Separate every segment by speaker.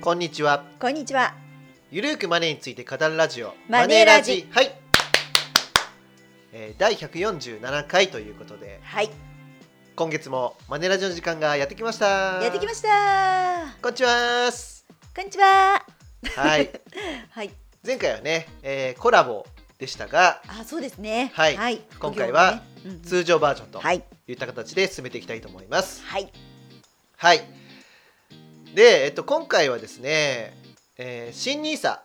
Speaker 1: こんにちは。
Speaker 2: こんにちは。
Speaker 1: ゆるーくマネーについて語るラジオ。
Speaker 2: マネーラジ。
Speaker 1: はい。えー、第147回ということで、
Speaker 2: はい。
Speaker 1: 今月もマネーラジの時間がやってきました。
Speaker 2: やってきま
Speaker 1: し
Speaker 2: した。
Speaker 1: た。こんにちはっす。
Speaker 2: こんにちは。
Speaker 1: はい。
Speaker 2: はい。
Speaker 1: 前回はね、えー、コラボでしたが、
Speaker 2: あ、そうですね。
Speaker 1: はい今回は、
Speaker 2: 副業ねうん
Speaker 1: 通常バージョンと
Speaker 2: はい。
Speaker 1: いった形で進めていきたいと思います。
Speaker 2: はい。
Speaker 1: はい。で、えっと、今回はですね、えー、新ニーサ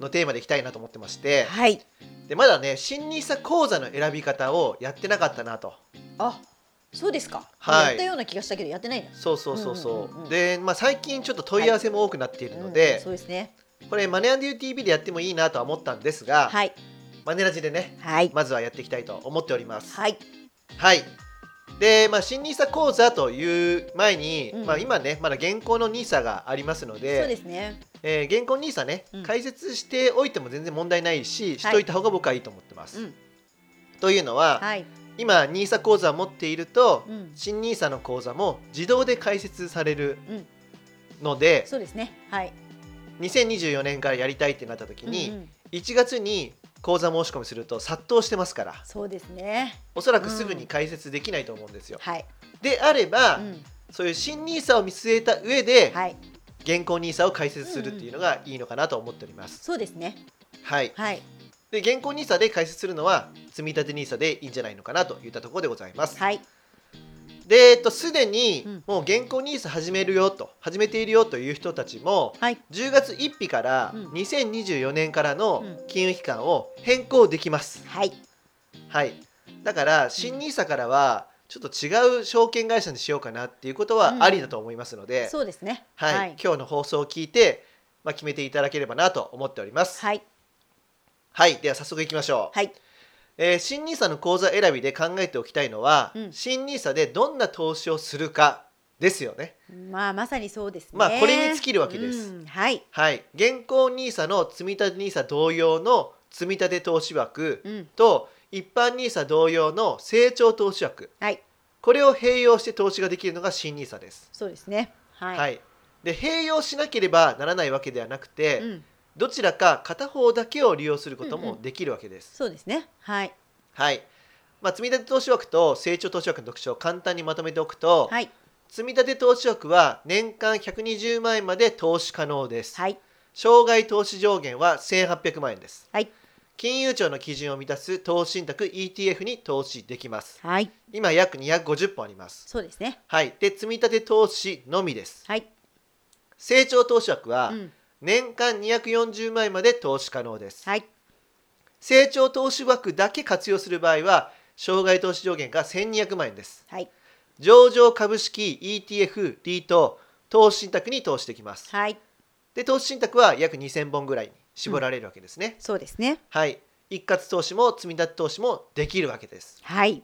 Speaker 1: のテーマでいきたいなと思ってまして、
Speaker 2: はい。
Speaker 1: でまだね新ニーサ講座の選び方をやってなかったなと
Speaker 2: あ、そうですか。
Speaker 1: はい
Speaker 2: やったような気がしたけど、やってないんだ。
Speaker 1: そうそうそうそう,、
Speaker 2: うんうんうんうん
Speaker 1: で、まあ、最近ちょっと問い合わせも多くなっているので
Speaker 2: うん、そうですね。
Speaker 1: これマネアンデュー TV でやってもいいなとは思ったんですが、
Speaker 2: はい。
Speaker 1: マネラジでね
Speaker 2: はい。
Speaker 1: まずはやっていきたいと思っております
Speaker 2: はい。
Speaker 1: はいで、まあ、新ニーサ講座という前に、
Speaker 2: うん
Speaker 1: まあ、今ねまだ現行のニーサがありますの
Speaker 2: そうで
Speaker 1: です
Speaker 2: ね。
Speaker 1: えー現行のニーサね、
Speaker 2: うん
Speaker 1: 解説しておいても全然問題ないししといた方が僕はいいと思ってます、
Speaker 2: うん。
Speaker 1: というのは、
Speaker 2: はい。
Speaker 1: 今ニーサ講座を持っていると、
Speaker 2: うん。
Speaker 1: 新ニーサの口座も自動で開設される
Speaker 2: うん
Speaker 1: ので、
Speaker 2: そうですね。はい。
Speaker 1: 2024年からやりたいってなった時に、
Speaker 2: うんうん
Speaker 1: 1月に口座申し込みすると殺到してますから
Speaker 2: そうですね。
Speaker 1: おそらくすぐに開設できないと思うんですよ、
Speaker 2: はい。
Speaker 1: であれば、
Speaker 2: うん。
Speaker 1: そういう新ニーサを見据えた上で、
Speaker 2: はい。
Speaker 1: 現行ニーサを開設するっていうのがいいのかなと思っております、
Speaker 2: そうですね。
Speaker 1: はい
Speaker 2: はい。
Speaker 1: で現行ニーサで開設するのは積み立てニーサでいいんじゃないのかなといったところでございます、
Speaker 2: はい。
Speaker 1: で、えっと、すで
Speaker 2: う
Speaker 1: に
Speaker 2: ん
Speaker 1: もう現行ニーサ始めるよと始めているよという人たちも
Speaker 2: はい。
Speaker 1: 10月1日から
Speaker 2: うん
Speaker 1: 2024年からの
Speaker 2: うん
Speaker 1: 金融期間を変更できます、
Speaker 2: はい。
Speaker 1: はいだから新ニーサからはちょっと違う証券会社にしようかなっていうことはありだと思いますので、
Speaker 2: そうですね。
Speaker 1: はい
Speaker 2: はい。
Speaker 1: 今日の放送を聞いて、まあ、決めていただければなと思っております
Speaker 2: はい。
Speaker 1: はい、では早速いきましょう、
Speaker 2: はい。
Speaker 1: えー新ニーサの口座選びで考えておきたいのは、
Speaker 2: うん
Speaker 1: 新ニーサでどんな投資をするかですよね
Speaker 2: まあまさにそうですね。
Speaker 1: まあこれに尽きるわけです
Speaker 2: うんはい。
Speaker 1: はい現行 NISA の積立 NISA 同様の積立投資枠
Speaker 2: うん。
Speaker 1: と一般 NISA 同様の成長投資枠
Speaker 2: はい。
Speaker 1: これを併用して投資ができるのが新 NISA です、
Speaker 2: そうですね。はい。
Speaker 1: はいで併用しなければならないわけではなくて、
Speaker 2: うん。
Speaker 1: どちらか片方だけを利用すること
Speaker 2: うん
Speaker 1: も
Speaker 2: うん
Speaker 1: できるわけです、
Speaker 2: そうですね。はい。
Speaker 1: はいまあ、積立投資枠と成長投資枠の特徴を簡単にまとめておくと、
Speaker 2: はい。
Speaker 1: 積立投資枠は年間120万円まで投資可能です、
Speaker 2: はい。
Speaker 1: 障害投資上限は1800万円です、
Speaker 2: はい
Speaker 1: 金融庁の基準を満たす投資信託 ETF に投資できます
Speaker 2: はい。
Speaker 1: 今約250本あります
Speaker 2: そうですね。
Speaker 1: はいで積立投資のみです
Speaker 2: はい。
Speaker 1: 成長投資枠は
Speaker 2: うん。
Speaker 1: 年間240万円まで投資可能です、
Speaker 2: はい。
Speaker 1: 成長投資枠だけ活用する場合は障害投資上限が1200万円です
Speaker 2: はい。
Speaker 1: 上場株式 ETF リート投資信託に投資できます
Speaker 2: はい。
Speaker 1: で投資信託は約2000本ぐらいに絞られるわけですね、
Speaker 2: そうですね。
Speaker 1: はい、一括投資も積み立て投資もできるわけです。
Speaker 2: はい。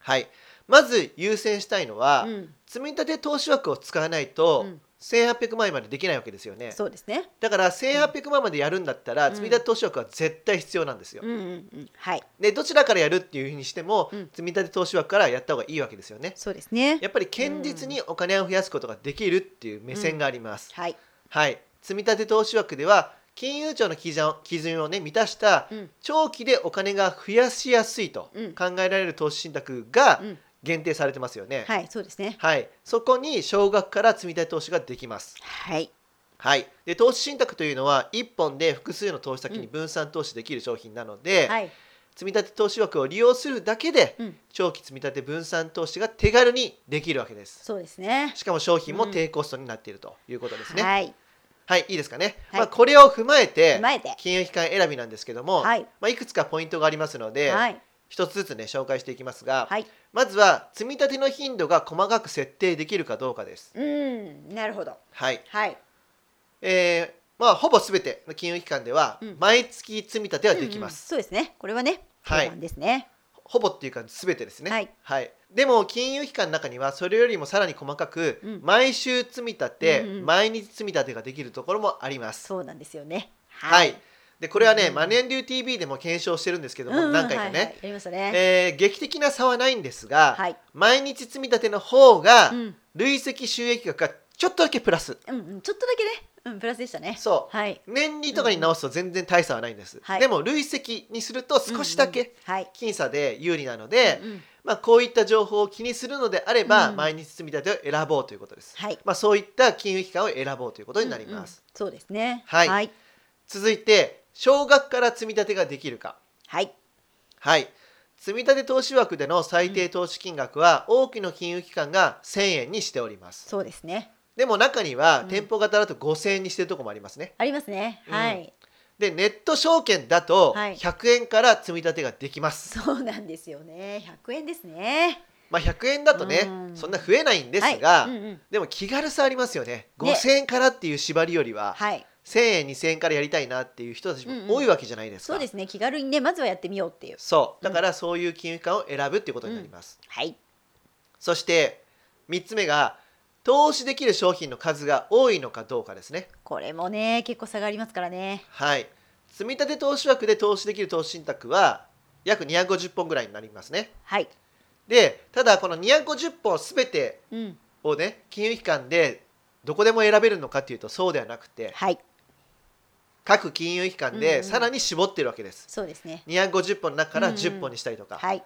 Speaker 1: はい、まず優先したいのは、
Speaker 2: うん。
Speaker 1: 積み立て投資枠を使わないと、
Speaker 2: うん
Speaker 1: 1800万円までできないわけですよね。
Speaker 2: そうですね。
Speaker 1: だから1800万までやるんだったら、
Speaker 2: うん
Speaker 1: 積み立て投資枠は絶対必要なんですよ。
Speaker 2: うんうんうん。はい。
Speaker 1: でどちらからやるっていうふうにしても、
Speaker 2: うん
Speaker 1: 積み立て投資枠からやった方がいいわけですよね。
Speaker 2: そうですね。
Speaker 1: やっぱり堅実にお金を増やすことができるっていう目線があります。
Speaker 2: はい。
Speaker 1: はい、積み立て投資枠では金融庁の基準基準をね満たした
Speaker 2: うん。
Speaker 1: 長期でお金が増やしやすいと
Speaker 2: うん
Speaker 1: 考えられる投資信託が
Speaker 2: うん。
Speaker 1: 限定されてますよね。はい、
Speaker 2: はい。そうですね。
Speaker 1: そこに少額から積み立て投資ができます。
Speaker 2: はい。
Speaker 1: はい、で投資信託というのは1本で複数の投資先に分散投資できる商品なので、
Speaker 2: はい。
Speaker 1: 積み立て投資枠を利用するだけで
Speaker 2: うん。
Speaker 1: 長期積み立て分散投資が手軽にできるわけです。
Speaker 2: そうですね。
Speaker 1: しかも商品も
Speaker 2: うん
Speaker 1: 低コストになっているということですね。はい、
Speaker 2: はい。
Speaker 1: い、いですかね。
Speaker 2: はい
Speaker 1: まあこれを踏まえて
Speaker 2: 踏まえて。
Speaker 1: 金融機関選びなんですけども、
Speaker 2: はいい。
Speaker 1: まあ、いくつかポイントがありますので、
Speaker 2: はい。
Speaker 1: 一つずつね紹介していきますが、
Speaker 2: はい。
Speaker 1: まずは積み立ての頻度が細かく設定できるかどうかです。
Speaker 2: うん。なるほど。
Speaker 1: はい。
Speaker 2: はい。
Speaker 1: えーまあほぼすべての金融機関では
Speaker 2: うん
Speaker 1: 毎月積み立てはできま
Speaker 2: うんうん
Speaker 1: す。
Speaker 2: そうですね。これはね。
Speaker 1: はい
Speaker 2: 定番ですね。
Speaker 1: ほぼっていうかすべてですね。
Speaker 2: はい。
Speaker 1: でも金融機関の中にはそれよりもさらに細かく、
Speaker 2: うん
Speaker 1: 毎週積み立て、
Speaker 2: うんうん
Speaker 1: 毎日積み立てができるところもあります。
Speaker 2: そうなんですよね。
Speaker 1: はい。。でこれはね、
Speaker 2: うんうん
Speaker 1: マネンリュー TV でも検証してるんですけども、
Speaker 2: うん
Speaker 1: 何回かね、
Speaker 2: はいはいやりましたね。
Speaker 1: えー劇的な差はないんですが、
Speaker 2: はい。
Speaker 1: 毎日積み立ての方が、
Speaker 2: うん。
Speaker 1: 累積収益額がちょっとだけプラス
Speaker 2: うんうんちょっとだけねうんプラスでしたね
Speaker 1: そう
Speaker 2: はい
Speaker 1: 年利とかに直すと全然大差はないんです、
Speaker 2: はい
Speaker 1: でも累積にすると少しだ
Speaker 2: うんう
Speaker 1: け
Speaker 2: んはい
Speaker 1: 僅差で有利なので、
Speaker 2: うんうん
Speaker 1: まあ、こういった情報を気にするのであれば、
Speaker 2: うん
Speaker 1: 毎日積み立てを選ぼうということです、
Speaker 2: はい
Speaker 1: まあ、そういった金融機関を選ぼうということになります、
Speaker 2: うんうんそうですね
Speaker 1: はい
Speaker 2: はい
Speaker 1: 続いて少額から積み立てができるか
Speaker 2: はい
Speaker 1: はい積立投資枠での最低投資金額は多くの金融機関が1000円にしております
Speaker 2: そうですね
Speaker 1: でも中には
Speaker 2: うん
Speaker 1: 店舗型だと5000円にしてるとこもありますね
Speaker 2: ありますね
Speaker 1: うん
Speaker 2: はい
Speaker 1: でネット証券だと
Speaker 2: はい
Speaker 1: 100円から積み立てができます、
Speaker 2: そうなんですよね100円ですね
Speaker 1: まあ、100円だとね
Speaker 2: うん
Speaker 1: そんな増えないんですが、
Speaker 2: はいうんうん
Speaker 1: でも気軽さありますよね
Speaker 2: ね
Speaker 1: 5000円からっていう縛りよりは
Speaker 2: はい
Speaker 1: 1000円2000円からやりたいなっていう人たちも多いわけじゃないですか、
Speaker 2: そうですね気軽にねまずはやってみようっていう
Speaker 1: そうだからそういう金融機関を選ぶっていうことになります、
Speaker 2: はい
Speaker 1: そして3つ目が投資できる商品の数が多いのかどうかですね
Speaker 2: これもね結構差がありますからね
Speaker 1: はい積立投資枠で投資できる投資信託は約250本ぐらいになりますね
Speaker 2: はい
Speaker 1: でただこの250本全て
Speaker 2: うん
Speaker 1: をね金融機関でどこでも選べるのかっていうとそうではなくて
Speaker 2: はい
Speaker 1: 各金融機関
Speaker 2: うんう
Speaker 1: で
Speaker 2: ん
Speaker 1: さらに絞ってるわけです、
Speaker 2: そうですね
Speaker 1: 250本の中から
Speaker 2: うんうん
Speaker 1: 10本にしたりとか、
Speaker 2: はい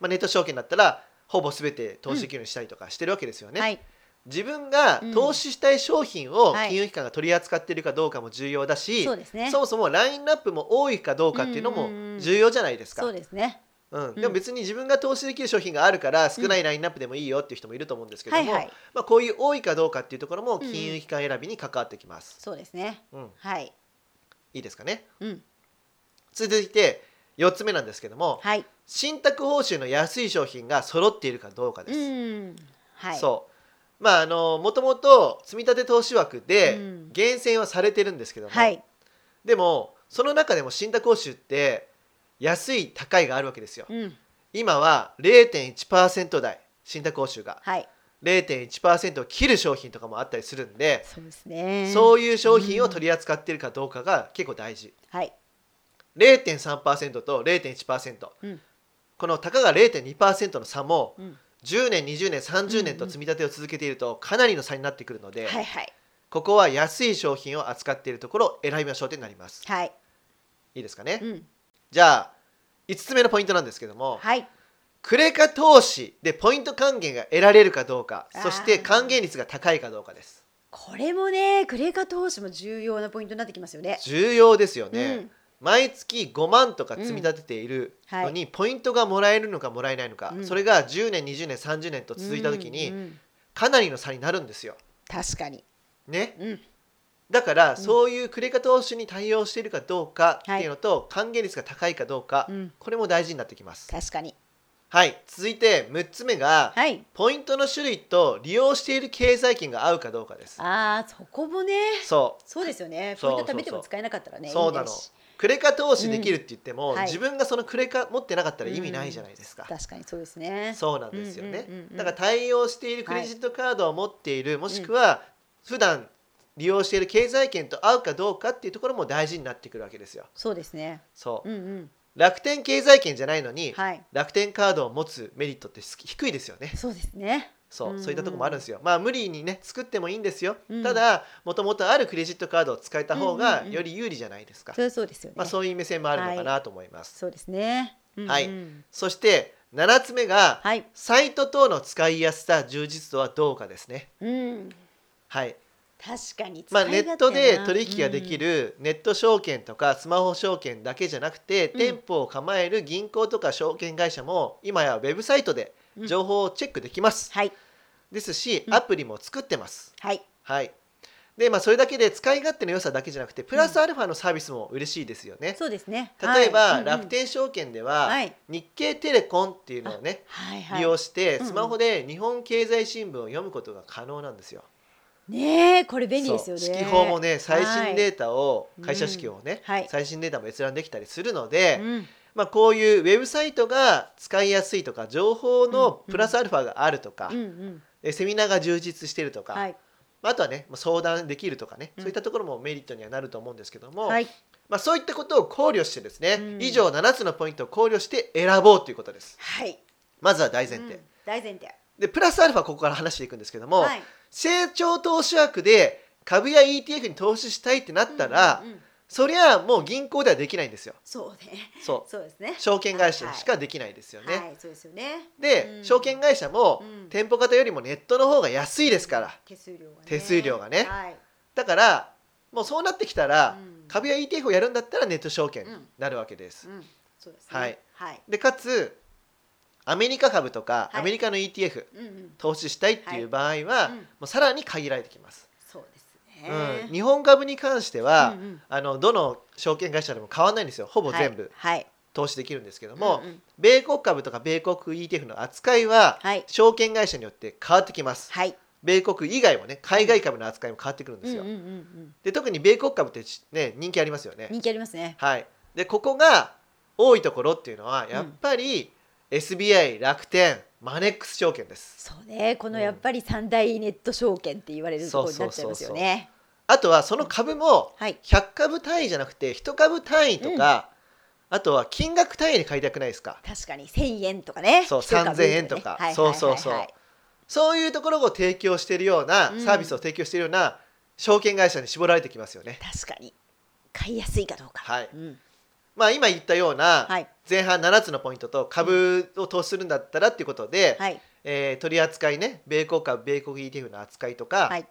Speaker 1: まあ、ネット証券だったらほぼ全て投資できるようにしたりとかしてるわけですよね、
Speaker 2: はい
Speaker 1: 自分が
Speaker 2: うん
Speaker 1: 投資したい商品を
Speaker 2: はい
Speaker 1: 金融機関が取り扱っているかどうかも重要だし、
Speaker 2: そうですね
Speaker 1: そもそもラインナップも多いかどうかっていうの
Speaker 2: うんうんう
Speaker 1: も
Speaker 2: ん
Speaker 1: 重要じゃないですか、
Speaker 2: そうですね
Speaker 1: うん
Speaker 2: うん
Speaker 1: でも別に自分が投資できる商品があるから少ないラインナップでもいいよっていう人もいると思うんですけど
Speaker 2: は
Speaker 1: も、
Speaker 2: いはい
Speaker 1: まあ、こういう多いかどうかっていうところも
Speaker 2: うんうん
Speaker 1: 金融機関選びに関わってきます、
Speaker 2: そうですね
Speaker 1: うん
Speaker 2: はい
Speaker 1: いいですかね
Speaker 2: うん
Speaker 1: 続いて4つ目なんですけども
Speaker 2: はい
Speaker 1: 信託報酬の安い商品が揃っているかどうかです、
Speaker 2: うんはい
Speaker 1: そうまああのもともと積み立て投資枠で
Speaker 2: うん
Speaker 1: 厳選はされてるんですけども、
Speaker 2: はい
Speaker 1: でもその中でも信託報酬って安い高いがあるわけですよ
Speaker 2: うん
Speaker 1: 今は0.1%台信託報酬が
Speaker 2: はい
Speaker 1: 0.1%を切る商品とかもあったりするんで、
Speaker 2: そうですね
Speaker 1: そう
Speaker 2: いう
Speaker 1: いう商品を取り扱ってるかどうかが結構大事
Speaker 2: はい
Speaker 1: 0.3%と0.1%、
Speaker 2: うん
Speaker 1: このたかが0.2%の差も
Speaker 2: うん
Speaker 1: 10年20年30年と積み立てを続けているとかなりの差になってくるので、
Speaker 2: はいはい
Speaker 1: ここは安い商品を扱っているところを選びましょうとなります
Speaker 2: はい
Speaker 1: いいですかね、
Speaker 2: うん
Speaker 1: じゃあ5つ目のポイントなんですけども、
Speaker 2: はい
Speaker 1: クレカ投資でポイント還元が得られるかどうか
Speaker 2: あー
Speaker 1: そして還元率が高いかどうかです
Speaker 2: これもねクレカ投資も重要なポイントになってきますよね
Speaker 1: 重要ですよね、
Speaker 2: うん
Speaker 1: 毎月5万とか積み立てている
Speaker 2: うんはい
Speaker 1: のにポイントがもらえるのかもらえないのか、
Speaker 2: うん
Speaker 1: それが10年20年30年と続いた時
Speaker 2: う
Speaker 1: に
Speaker 2: んうん
Speaker 1: かなりの差になるんですよ。
Speaker 2: 確かに
Speaker 1: ね、
Speaker 2: うん
Speaker 1: だからそういうクレカ投資に対応しているかどうかっていうのと、還元率が高いかどうか、
Speaker 2: うん
Speaker 1: これも大事になってきます。
Speaker 2: 確かに
Speaker 1: はい、続いて6つ目が、
Speaker 2: はい
Speaker 1: ポイントの種類と利用している経済圏が合うかどうかです。
Speaker 2: あーそこもね
Speaker 1: そう
Speaker 2: そうですよね
Speaker 1: そ
Speaker 2: ポ
Speaker 1: う
Speaker 2: イント貯めて
Speaker 1: そう
Speaker 2: も
Speaker 1: そう
Speaker 2: 使えなかったらね
Speaker 1: そうな
Speaker 2: 意味
Speaker 1: の
Speaker 2: いし
Speaker 1: クレカ投資できるって言っても、
Speaker 2: うんはい
Speaker 1: 自分がそのクレカ持ってなかったら意味ないじゃないですか、
Speaker 2: 確かにそうですね
Speaker 1: そうなんですよね、
Speaker 2: うんうんうんうん
Speaker 1: だから対応しているクレジットカードを持っている、もしくは普段利用している経済圏と合うかどうかっていうところも大事になってくるわけですよ
Speaker 2: そうですね
Speaker 1: そう、
Speaker 2: うんうん
Speaker 1: 楽天経済圏じゃないのに、
Speaker 2: はい
Speaker 1: 楽天カードを持つメリットって低いですよね
Speaker 2: そうですね
Speaker 1: そううんそういったとこもあるんですよまあ無理にね作ってもいいんですよ、
Speaker 2: うん
Speaker 1: ただもともとあるクレジットカードを使えた方
Speaker 2: うんうん
Speaker 1: が
Speaker 2: うん
Speaker 1: より有利じゃないですか、
Speaker 2: それはそうですよね
Speaker 1: まあ、そういう目線もあるのかなと思います、
Speaker 2: そうですねうんうん
Speaker 1: はいそして7つ目が、
Speaker 2: はい
Speaker 1: サイト等の使いやすさ充実度はどうかですね
Speaker 2: うん
Speaker 1: はい
Speaker 2: 確かに
Speaker 1: まあ、
Speaker 2: 使
Speaker 1: ネ
Speaker 2: い勝
Speaker 1: ッ
Speaker 2: 手
Speaker 1: ト
Speaker 2: や
Speaker 1: で
Speaker 2: な
Speaker 1: 取引ができるネット証券とかスマホ証券だけじゃなくて、
Speaker 2: うん
Speaker 1: 店舗を構える銀行とか証券会社も今やウェブサイトで
Speaker 2: うん
Speaker 1: 情報をチェックできます、
Speaker 2: はい
Speaker 1: ですし
Speaker 2: うん
Speaker 1: アプリも作ってます、
Speaker 2: はい
Speaker 1: はいでまあそれだけで使い勝手の良さだけじゃなくてプラスアルファのサービスも嬉しいですよね、
Speaker 2: そうですね
Speaker 1: 例えば、
Speaker 2: はいうんうん
Speaker 1: 楽天証券では、
Speaker 2: はい
Speaker 1: 日経テレコンっていうのをね
Speaker 2: はいはい
Speaker 1: 利用して、
Speaker 2: うんうん
Speaker 1: スマホで日本経済新聞を読むことが可能なんですよ。
Speaker 2: ねえこれ便利ですよね
Speaker 1: そう指揮法もね最新データを、
Speaker 2: は
Speaker 1: 会
Speaker 2: い
Speaker 1: 社指揮をね、
Speaker 2: はい
Speaker 1: 最新データも閲覧できたりするので、
Speaker 2: うん
Speaker 1: まあ、こういうウェブサイトが使いやすいとか情報のプラスアルファがあるとか、
Speaker 2: うんうん
Speaker 1: えセミナーが充実してるとか、
Speaker 2: はい
Speaker 1: まああとはねまあ相談できるとかね、
Speaker 2: うん
Speaker 1: そういったところもメリットにはなると思うんですけども、
Speaker 2: はい
Speaker 1: まあ、そういったことを考慮してですね、
Speaker 2: うん
Speaker 1: 以上7つのポイントを考慮して選ぼうということです。
Speaker 2: はい
Speaker 1: まずは大前提、
Speaker 2: うん大前提
Speaker 1: でプラスアルファここから話していくんですけども、
Speaker 2: はい、
Speaker 1: 成長投資枠で株や ETF に投資したいってなったら、
Speaker 2: うんうんうん
Speaker 1: そりゃもう銀行ではできないんですよ
Speaker 2: そうね。
Speaker 1: そ
Speaker 2: そうですね
Speaker 1: う。証券会社しかできないですよね、
Speaker 2: はい、そうですよね。
Speaker 1: で、
Speaker 2: うん
Speaker 1: 証券会社も
Speaker 2: うん
Speaker 1: 店舗型よりもネットの方が安いですから
Speaker 2: 手数料がね。
Speaker 1: 手数料がね
Speaker 2: はい。
Speaker 1: だからもうそうなってきたら、
Speaker 2: うん
Speaker 1: 株や ETF をやるんだったらネット証券になるわけです、
Speaker 2: うん、そうですね。
Speaker 1: はい。
Speaker 2: はい。
Speaker 1: でかつアメリカ株とか、
Speaker 2: はい
Speaker 1: アメリカの ETF
Speaker 2: うんうん。
Speaker 1: 投資したいっていう場合は、
Speaker 2: うん
Speaker 1: もうさらに限られてきます、
Speaker 2: そうです
Speaker 1: うん、
Speaker 2: ね。
Speaker 1: 日本株に関しては、
Speaker 2: うんうん
Speaker 1: あのどの証券会社でも変わらないんですよほぼ全部
Speaker 2: はい。
Speaker 1: 投資できるんですけど
Speaker 2: はい
Speaker 1: も、
Speaker 2: んん
Speaker 1: 米国株とか米国 ETF の扱いは、
Speaker 2: はい。
Speaker 1: 証券会社によって変わってきます
Speaker 2: はい。
Speaker 1: 米国以外もね海外株の扱いも変わってくるんですよ、
Speaker 2: うんうんうんうん。
Speaker 1: で特に米国株ってしね人気ありますよね、
Speaker 2: 人気ありますね。
Speaker 1: はいでここが多いところっていうのはやっぱり SBI 楽天マネックス証券です
Speaker 2: そうね。この
Speaker 1: うん
Speaker 2: やっぱり三大ネット証券って言われるところになっちゃいますよね。
Speaker 1: あとはその株も
Speaker 2: はい。
Speaker 1: 100株単位じゃなくて1株単位とか、あとは金額単位で買いたくないですか
Speaker 2: 確かに千円とかね。
Speaker 1: そう
Speaker 2: 一株
Speaker 1: 3000円とか
Speaker 2: はいはいはいはい
Speaker 1: そうそうそう
Speaker 2: はい
Speaker 1: そういうところを提供しているような、
Speaker 2: うん
Speaker 1: サービスを提供しているような証券会社に絞られてきますよね
Speaker 2: 確かに買いやすいかどうか。
Speaker 1: はい
Speaker 2: うん
Speaker 1: まあ今言ったような、
Speaker 2: はい
Speaker 1: 前半7つのポイントと株を投資するんだったらっていうことで、
Speaker 2: はい
Speaker 1: えー取り扱いね米国株米国 ETF の扱いとか、
Speaker 2: はい。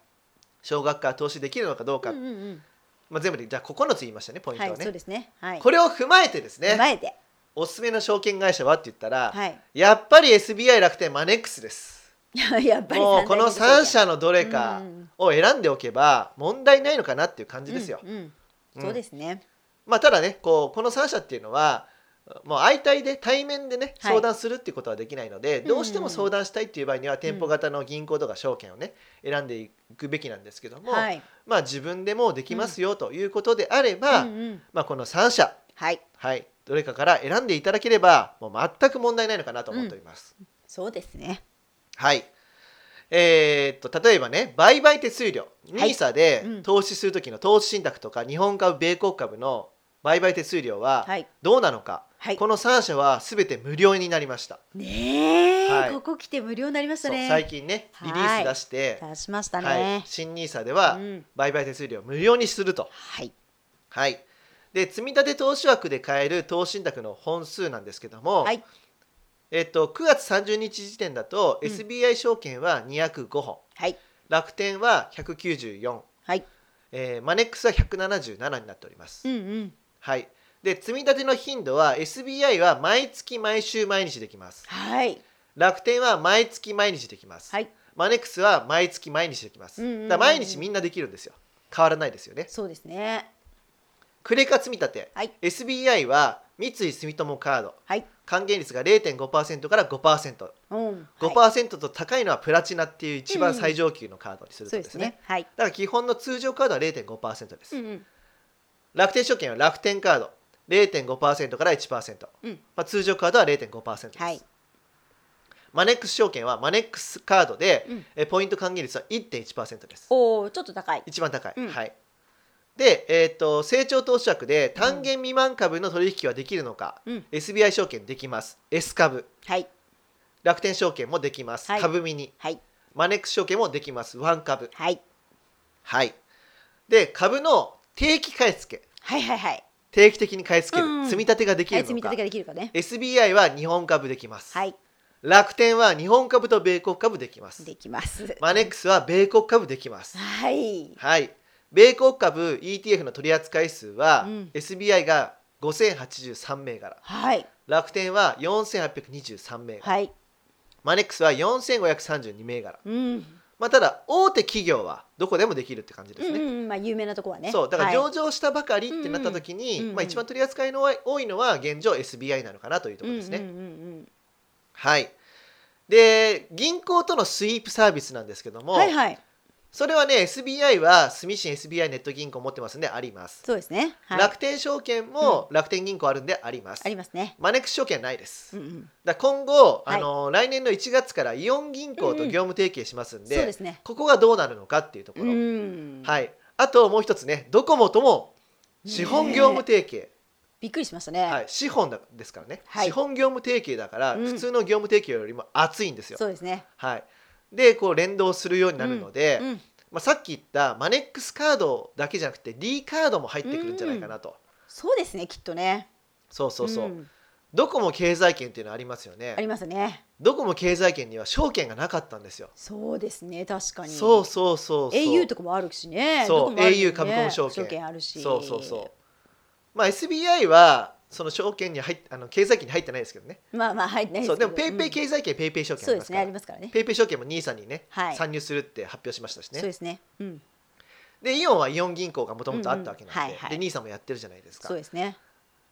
Speaker 1: 少額から投資できるのかどうか、
Speaker 2: うんうんうん
Speaker 1: まあ、全部でじゃあ9つ言いましたねポイント
Speaker 2: は
Speaker 1: を
Speaker 2: い
Speaker 1: ね、
Speaker 2: そうですね。はい。
Speaker 1: これを踏まえてですね
Speaker 2: 前で。
Speaker 1: おすすめの証券会社はって言ったら、
Speaker 2: はい。
Speaker 1: やっぱり SBI 楽天マネックスです
Speaker 2: やっぱり
Speaker 1: もうこの3
Speaker 2: の
Speaker 1: 社のどれかを選んでおけば問題ないのかなっていう感じですよ、
Speaker 2: うんうん
Speaker 1: うん
Speaker 2: そうですね。
Speaker 1: まあただねこうこの3社っていうのはもう相対で対面でね
Speaker 2: はい
Speaker 1: 相談するっていうことはできないので、どうしても相談したいっていう場合には店舗型の銀行とか証券をね選んでいくべきなんですけども、
Speaker 2: はい。
Speaker 1: まあ自分でもできますよということであれば、
Speaker 2: うんうん
Speaker 1: まあ、この3社、
Speaker 2: はい。
Speaker 1: はい、どれかから選んでいただければもう全く問題ないのかなと思っております。
Speaker 2: そうですね。
Speaker 1: はいえーっと例えばね売買手数料
Speaker 2: はい
Speaker 1: NISA で
Speaker 2: うん
Speaker 1: 投資する時の投資信託とか日本株米国株の売買手数料は
Speaker 2: はい。
Speaker 1: どうなのか、
Speaker 2: はい。
Speaker 1: この3社は全て無料になりました、
Speaker 2: ねえ、
Speaker 1: はい
Speaker 2: ここ来て無料になりました
Speaker 1: そう
Speaker 2: ね。
Speaker 1: 最近ねリリース出して、
Speaker 2: 出しました
Speaker 1: はい
Speaker 2: ね。
Speaker 1: 新 NISA で
Speaker 2: う
Speaker 1: は
Speaker 2: ん
Speaker 1: 売買手数料を無料にすると、
Speaker 2: はい。
Speaker 1: はい、で積み立て投資枠で買える投資信託の本数なんですけども、
Speaker 2: はい
Speaker 1: えっと、9月30日時点だと
Speaker 2: うん
Speaker 1: SBI 証券は205本、
Speaker 2: はい。
Speaker 1: 楽天は194、
Speaker 2: はい。
Speaker 1: えーマネックスは177になっております、
Speaker 2: うんうん。
Speaker 1: はい、で積み立ての頻度は SBI は毎月毎週毎日できます
Speaker 2: はい。
Speaker 1: 楽天は毎月毎日できます、
Speaker 2: はい。
Speaker 1: マネックスは毎月毎日できます、
Speaker 2: うんうんうんうん
Speaker 1: だから毎日みんなできるんですよ変わらないですよね
Speaker 2: そうですね。
Speaker 1: クレカ積み立て、
Speaker 2: はい
Speaker 1: SBI は三井住友カード
Speaker 2: はい。
Speaker 1: 還元率が0.5%から 5%5%、
Speaker 2: うん。はい
Speaker 1: 5%と高いのはプラチナっていう一番最上級のカードにすると
Speaker 2: そう
Speaker 1: で
Speaker 2: ですす
Speaker 1: ね,、
Speaker 2: ね。はい。
Speaker 1: だから基本の通常カードは0.5%です、
Speaker 2: うんうん。
Speaker 1: 楽天証券は楽天カード0.5%から1%、
Speaker 2: うん
Speaker 1: まあ、通常カードは0.5%です、
Speaker 2: はい
Speaker 1: マネックス証券はマネックスカードで、
Speaker 2: うん
Speaker 1: えポイント還元率は1.1%です
Speaker 2: おお、ちょっと高い。
Speaker 1: 一番高い、
Speaker 2: うん
Speaker 1: はいで、えー、と成長投資枠で単元未満株の取引はできるのか、
Speaker 2: うん
Speaker 1: SBI 証券できます S 株
Speaker 2: はい。
Speaker 1: 楽天証券もできます、
Speaker 2: はい
Speaker 1: 株ミニ
Speaker 2: はい。
Speaker 1: マネックス証券もできますワン株
Speaker 2: はい。
Speaker 1: はいで株の定期買い付け
Speaker 2: はいはいはい。
Speaker 1: 定期的に買い付ける、
Speaker 2: うんうん
Speaker 1: 積み立てができ
Speaker 2: はい、
Speaker 1: る
Speaker 2: 積み
Speaker 1: のか、
Speaker 2: 立てができるかね。
Speaker 1: SBI は日本株できます、
Speaker 2: はい。
Speaker 1: 楽天は日本株と米国株できます
Speaker 2: できます。
Speaker 1: マネックスは米国株できます
Speaker 2: はい。
Speaker 1: はい、米国株 ETF の取り扱い数は、
Speaker 2: うん
Speaker 1: SBI が5083銘柄
Speaker 2: はい。
Speaker 1: 楽天は4823銘柄、
Speaker 2: はい。
Speaker 1: マネックスは4532銘柄、
Speaker 2: うん。
Speaker 1: まあ、ただ大手企業はどこでもできるって感じです
Speaker 2: うん
Speaker 1: ね、
Speaker 2: うんうん、まあ有名なとこはね。
Speaker 1: そうだから
Speaker 2: は
Speaker 1: 上
Speaker 2: い
Speaker 1: 場したばかりってなった時に、
Speaker 2: うんうん
Speaker 1: まあ、一番取り扱いの多いのは現状 SBI なのかなというところですね、
Speaker 2: うんうんうん
Speaker 1: はいで銀行とのスイープサービスなんですけど
Speaker 2: う
Speaker 1: も、
Speaker 2: ん。はいはい。
Speaker 1: それはね SBI は住信 SBI ネット銀行持ってますんであります
Speaker 2: そうですね。はい。
Speaker 1: 楽天証券も楽天銀行あるんであります、
Speaker 2: ありますね。
Speaker 1: マネックス証券はないで
Speaker 2: う
Speaker 1: す、
Speaker 2: んうん。
Speaker 1: だから今後、
Speaker 2: はい
Speaker 1: あの来年の1月からイオン銀行と業務提携しますんで,、
Speaker 2: そうですね。
Speaker 1: ここがどうなるのかっていうとこ
Speaker 2: う
Speaker 1: ろ、
Speaker 2: ん。
Speaker 1: はいあともう一つねドコモとも資本業務提携、
Speaker 2: びっくりしましたね。
Speaker 1: はい、資本だですからね、
Speaker 2: はい
Speaker 1: 資本業務提携だから、
Speaker 2: うん
Speaker 1: 普通の業務提携よりも厚いんですよ
Speaker 2: そ。うですね。
Speaker 1: はい、でこう連動するようになるので、
Speaker 2: うん、
Speaker 1: まあ、さっき言ったマネックスカードだけじゃなくて D カードも入ってくるんじゃないかなと、
Speaker 2: そうですね、きっとね。
Speaker 1: そうそうそう、
Speaker 2: ん
Speaker 1: ドコモ経済圏っていうのありますよ
Speaker 2: あり
Speaker 1: ね
Speaker 2: ますね。
Speaker 1: ドコモ経済圏には証券がなかったんですよ
Speaker 2: そうですね、確かに。
Speaker 1: そうそうそうそう
Speaker 2: au とかもあるしね。
Speaker 1: そう
Speaker 2: どこもあるしね
Speaker 1: au 株式証券
Speaker 2: 証券あるし。
Speaker 1: そうそうそうまあ SBI はその証券に入っあの経済圏に入ってないですけどね
Speaker 2: う。まあまあ入ってない
Speaker 1: そう
Speaker 2: け
Speaker 1: で
Speaker 2: ど
Speaker 1: もペイペイ
Speaker 2: うん
Speaker 1: 経済圏、ペイペイ証券あ
Speaker 2: そう
Speaker 1: り
Speaker 2: で
Speaker 1: ますす
Speaker 2: ね、
Speaker 1: か
Speaker 2: あ
Speaker 1: ら
Speaker 2: りますからね。
Speaker 1: ペイペイ証券も NISA にね、
Speaker 2: はい
Speaker 1: 参入するって発表しましたし
Speaker 2: そうで
Speaker 1: ね
Speaker 2: すね。うん、
Speaker 1: でイオンはイオン銀行がもともとあったわけなんで,、
Speaker 2: うんうんはいはい
Speaker 1: で NISA もやってるじゃないですか
Speaker 2: そうですね。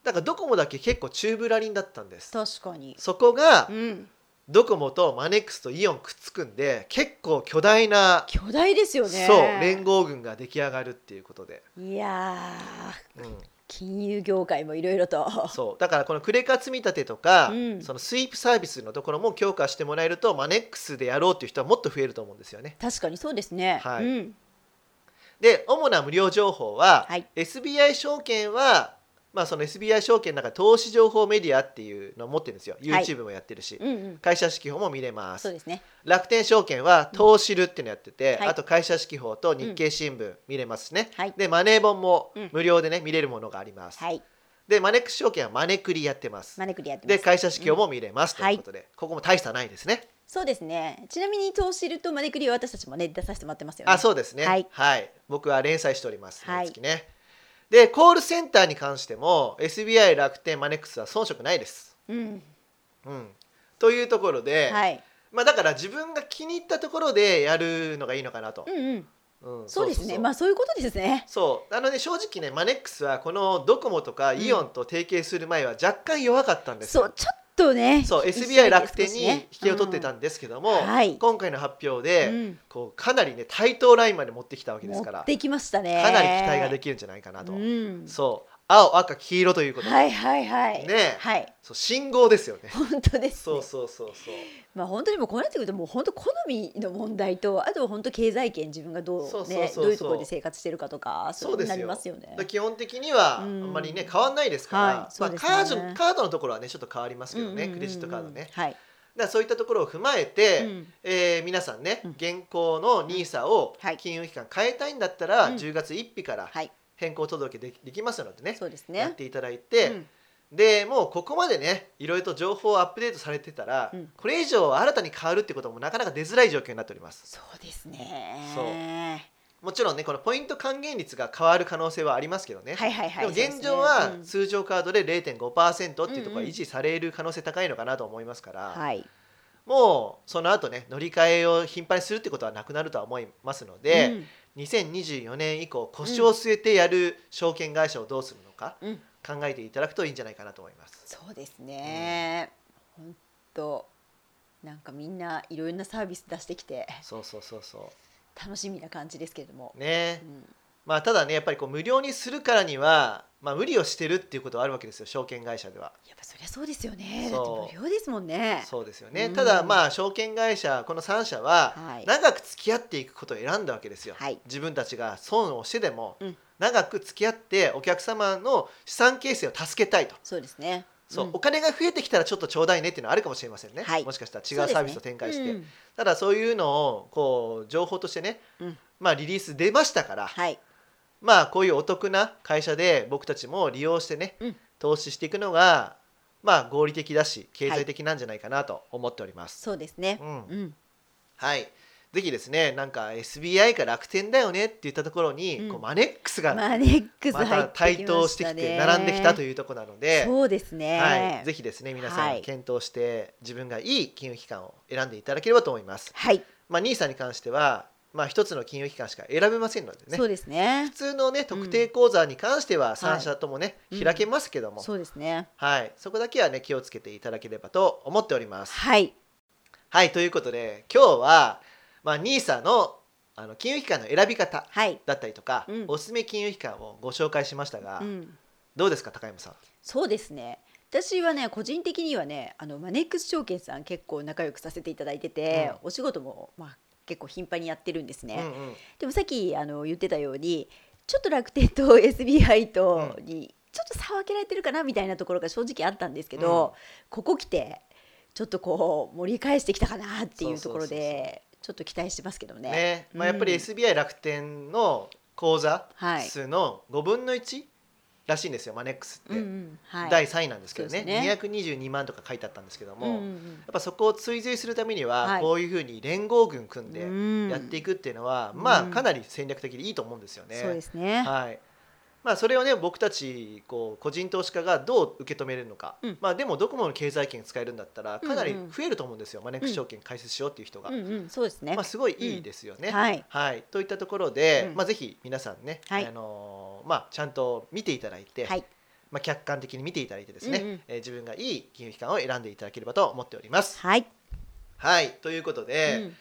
Speaker 1: だからドコモだけ結構チューブラリンだったんです
Speaker 2: 確かに。
Speaker 1: そこが
Speaker 2: うん、
Speaker 1: ドコモとマネックスとイオンくっつくんで結構巨大な、
Speaker 2: 巨大ですよね。
Speaker 1: そう連合軍が出来上がるっていうことで、
Speaker 2: いや
Speaker 1: うん
Speaker 2: ー、金融業界もいろいろと。
Speaker 1: そうだからこのクレカ積み立てとか、
Speaker 2: うん
Speaker 1: そのスイープサービスのところも強化してもらえるとマネックスでやろうっていう人はもっと増えると思うんですよね
Speaker 2: 確かにそうですね。
Speaker 1: はい
Speaker 2: うん、
Speaker 1: で主な無料情報は、
Speaker 2: はい
Speaker 1: SBI 証券は、まあ、その SBI 証券の中で投資情報メディアっていうのを持ってるんですよ
Speaker 2: はい
Speaker 1: YouTube もやってるし、
Speaker 2: うん、うん。
Speaker 1: 会社指揮法も見れます
Speaker 2: そうですね。
Speaker 1: 楽天証券は投資るっていうのやってて、
Speaker 2: うんはい
Speaker 1: あと会社指揮法と日経新聞見れますしね、
Speaker 2: はい
Speaker 1: でマネー本も
Speaker 2: うん
Speaker 1: 無料でね見れるものがあります、
Speaker 2: はい。
Speaker 1: でマネックス証券はマネクリやってます
Speaker 2: マネクリやってます。
Speaker 1: で会社指揮法も見れます
Speaker 2: うん
Speaker 1: ということで、ここも大差ないですね
Speaker 2: そうですね。ちなみに投資るとマネクリは私たちもね出させてもらってますよね。
Speaker 1: あそうですね
Speaker 2: はい
Speaker 1: 僕は連載しております
Speaker 2: はい
Speaker 1: 毎月ね、でコールセンターに関しても SBI 楽天マネックスは遜色ないです
Speaker 2: うん。
Speaker 1: うんというところで、
Speaker 2: はい。
Speaker 1: まあだから自分が気に入ったところでやるのがいいのかなと
Speaker 2: う、んうん。
Speaker 1: うん
Speaker 2: そうですね。まあそういうことですね。
Speaker 1: そうなので正直ねマネックスはこのドコモとかイオンと提携する前は若干弱かったんです
Speaker 2: そ
Speaker 1: よ、
Speaker 2: うちょっとね。
Speaker 1: そう
Speaker 2: 一緒
Speaker 1: SBI 楽天
Speaker 2: 少
Speaker 1: に
Speaker 2: しね
Speaker 1: 引けを取ってたんですけども、
Speaker 2: うんはい
Speaker 1: 今回の発表
Speaker 2: う
Speaker 1: で、
Speaker 2: ん
Speaker 1: こうかなりね対等ラインまで持ってきたわけ
Speaker 2: うん
Speaker 1: ですか
Speaker 2: 持
Speaker 1: ら
Speaker 2: ってきましたね。
Speaker 1: かなり期待がで
Speaker 2: き
Speaker 1: きるんじゃないかなと、
Speaker 2: うん。
Speaker 1: そう青赤黄色ということで、
Speaker 2: はいはいはい。
Speaker 1: ね
Speaker 2: はい。
Speaker 1: そう信号ですよね
Speaker 2: 本当です、ね。
Speaker 1: そうそうそうそう
Speaker 2: まあ本当にもうこうなってくるともう本当好みの問題とあとは本当経済圏自分がどうね
Speaker 1: そうそうそうそう
Speaker 2: どういうところで生活してるかとか
Speaker 1: そう
Speaker 2: い
Speaker 1: で
Speaker 2: のにな
Speaker 1: す
Speaker 2: り
Speaker 1: よ
Speaker 2: ますよね
Speaker 1: だから。基本的にはあ
Speaker 2: うん
Speaker 1: んまりね変わんないですから、
Speaker 2: はいそうですね
Speaker 1: まあ、カードカードのところはねちょっと変わりますけどね、
Speaker 2: うんうんうんうん
Speaker 1: クレジットカードね
Speaker 2: はい。
Speaker 1: だからそういったところを踏まえて、
Speaker 2: うん
Speaker 1: えー皆さんね、
Speaker 2: うん
Speaker 1: 現行の NISA を
Speaker 2: はい
Speaker 1: 金融機関変えたいんだったら、
Speaker 2: うん
Speaker 1: 10月1日から
Speaker 2: はい。
Speaker 1: 変更届できできますのでね
Speaker 2: そうです
Speaker 1: やっ
Speaker 2: ね。
Speaker 1: ていただいて、
Speaker 2: うん
Speaker 1: でもうここまでねいろいろと情報をアップデートされてたら、
Speaker 2: うん
Speaker 1: これ以上新たに変わるってこともなかなか出づらい状況になっております
Speaker 2: そうですね。
Speaker 1: そうもちろんねこのポイント還元率が変わる可能性はありますけどね、
Speaker 2: はいはいはい。
Speaker 1: でも現状
Speaker 2: そう
Speaker 1: は
Speaker 2: ですね
Speaker 1: 通常カードで0.5%っていうところ
Speaker 2: うんう
Speaker 1: は
Speaker 2: ん
Speaker 1: 維持される可能性高いのかなと思いますから、
Speaker 2: うんはい。
Speaker 1: もうその後ね乗り換えを頻繁にするってことはなくなるとは思いますので、2024年以降腰を据えてやる証券会社をどうするのか
Speaker 2: うん、うん、
Speaker 1: 考えていただくといいんじゃないかなと思います。
Speaker 2: そうですね。本当なんかみんないろいろなサービス出してきて
Speaker 1: そうそうそうそ
Speaker 2: 楽しみな感じですけれども
Speaker 1: う。ね
Speaker 2: うん
Speaker 1: まあただねやっぱりこう無料にするからには、まあ、無理をしてるっていうことはあるわけですよ証券会社では
Speaker 2: やっぱそりゃそうですよね。だっ
Speaker 1: そう
Speaker 2: て無料ですもんね。
Speaker 1: そうですよね、
Speaker 2: うん
Speaker 1: ただまあ証券会社この3社は
Speaker 2: はい。
Speaker 1: 長く付き合っていくことを選んだわけですよ、
Speaker 2: はい
Speaker 1: 自分たちが損をしてでも
Speaker 2: うん
Speaker 1: 長く付き合ってお客様の資産形成を助けたいと
Speaker 2: そうですね。
Speaker 1: そう、
Speaker 2: ん
Speaker 1: お金が増えてきたらちょっとちょうだいねっていうのはあるかもしれませんね、
Speaker 2: はい
Speaker 1: もしかしたら違うサービスを展開して、
Speaker 2: そうですね
Speaker 1: ただそういうのをこう情報としてね、
Speaker 2: うん
Speaker 1: まあ、リリース出ましたから、
Speaker 2: うんはい。
Speaker 1: まあこういうお得な会社で僕たちも利用してね、
Speaker 2: うん
Speaker 1: 投資していくのがまあ合理的だし経済的なんじゃないかなと思っております。
Speaker 2: そうですね。
Speaker 1: うん
Speaker 2: うん。
Speaker 1: はいぜひですねなんか SBI か楽天だよねって言ったところに、
Speaker 2: うん
Speaker 1: こうマネックスがま
Speaker 2: マネックス入ってきました
Speaker 1: た
Speaker 2: ね。
Speaker 1: 台頭してきて並んできたと
Speaker 2: いう。
Speaker 1: いうところなので、
Speaker 2: そうですね。
Speaker 1: はい、ぜひですね皆さ
Speaker 2: は
Speaker 1: ん
Speaker 2: い
Speaker 1: 検討して自分がいい金融機関を選んでいただければと思います。
Speaker 2: はい。
Speaker 1: まあ、NISA に関しては、まあ、一つの金融機関しか選べませんのでね
Speaker 2: そうですね
Speaker 1: 普。通のね特定口座に関しては3社ともね、
Speaker 2: うん
Speaker 1: 開けますけども、
Speaker 2: そうですね。
Speaker 1: はい、そこだけはね気をつけていただければと思っております。
Speaker 2: はい。
Speaker 1: はいということで今日は、まあ、NISA のあの金融機関の選び方
Speaker 2: はい。
Speaker 1: だったりとか、
Speaker 2: うん
Speaker 1: おすすめ金融機関をご紹介しましたが、
Speaker 2: うん。
Speaker 1: どうですか高山さん。
Speaker 2: そうですね。私はね個人的にはねあのマネックス証券さん結構仲良くさせていただいてて、お仕事もまあ結構頻繁にやってるんです
Speaker 1: う
Speaker 2: ね。
Speaker 1: んうん
Speaker 2: でもさっきあの言ってたようにちょっと楽天と SBI と
Speaker 1: う
Speaker 2: に、ちょっと差を開けられてるかなみたいなところが正直あったんですけど、ここ来てちょっとこう盛り返してきたかなっていうところでちょっと期待してますけどね。
Speaker 1: ね、まあ、
Speaker 2: う
Speaker 1: や
Speaker 2: ん
Speaker 1: っぱり SBI 楽天の口座
Speaker 2: はい。
Speaker 1: 数の5分の1らしいんですよ、マネックスって、
Speaker 2: うんうんはい、
Speaker 1: 第3位なんですけどね
Speaker 2: そうですね
Speaker 1: 222万とか書いてあったんですけども、
Speaker 2: うん
Speaker 1: やっ
Speaker 2: うん
Speaker 1: ぱそこを追随するために
Speaker 2: は
Speaker 1: はいこういうふうに連合軍組ん
Speaker 2: う
Speaker 1: で
Speaker 2: ん
Speaker 1: やっていくっていうのは、
Speaker 2: うん
Speaker 1: まあ
Speaker 2: うん
Speaker 1: かなり戦略的でいいと思うんですよね。
Speaker 2: そうですね。
Speaker 1: はいまあ、それをね僕たちこう個人投資家がどう受け止めるのか、
Speaker 2: うん
Speaker 1: まあ、でもドコモの経済圏使えるんだったらかなり
Speaker 2: うんうん
Speaker 1: 増えると思うんですよ、マネックス証券開設しようっていう人が、
Speaker 2: うんうん、そうですね。
Speaker 1: まあ、すごいいいですよね。
Speaker 2: はい。
Speaker 1: はい、といったところで、
Speaker 2: うん
Speaker 1: まあ、ぜひ皆さんね、
Speaker 2: はい
Speaker 1: あのーまあ、ちゃんと見ていただいて、
Speaker 2: はい。
Speaker 1: まあ、客観的に見ていただいてですね、
Speaker 2: うんうん
Speaker 1: えー自分がいい金融機関を選んでいただければと思っております。
Speaker 2: はい。
Speaker 1: はい、ということで、
Speaker 2: うん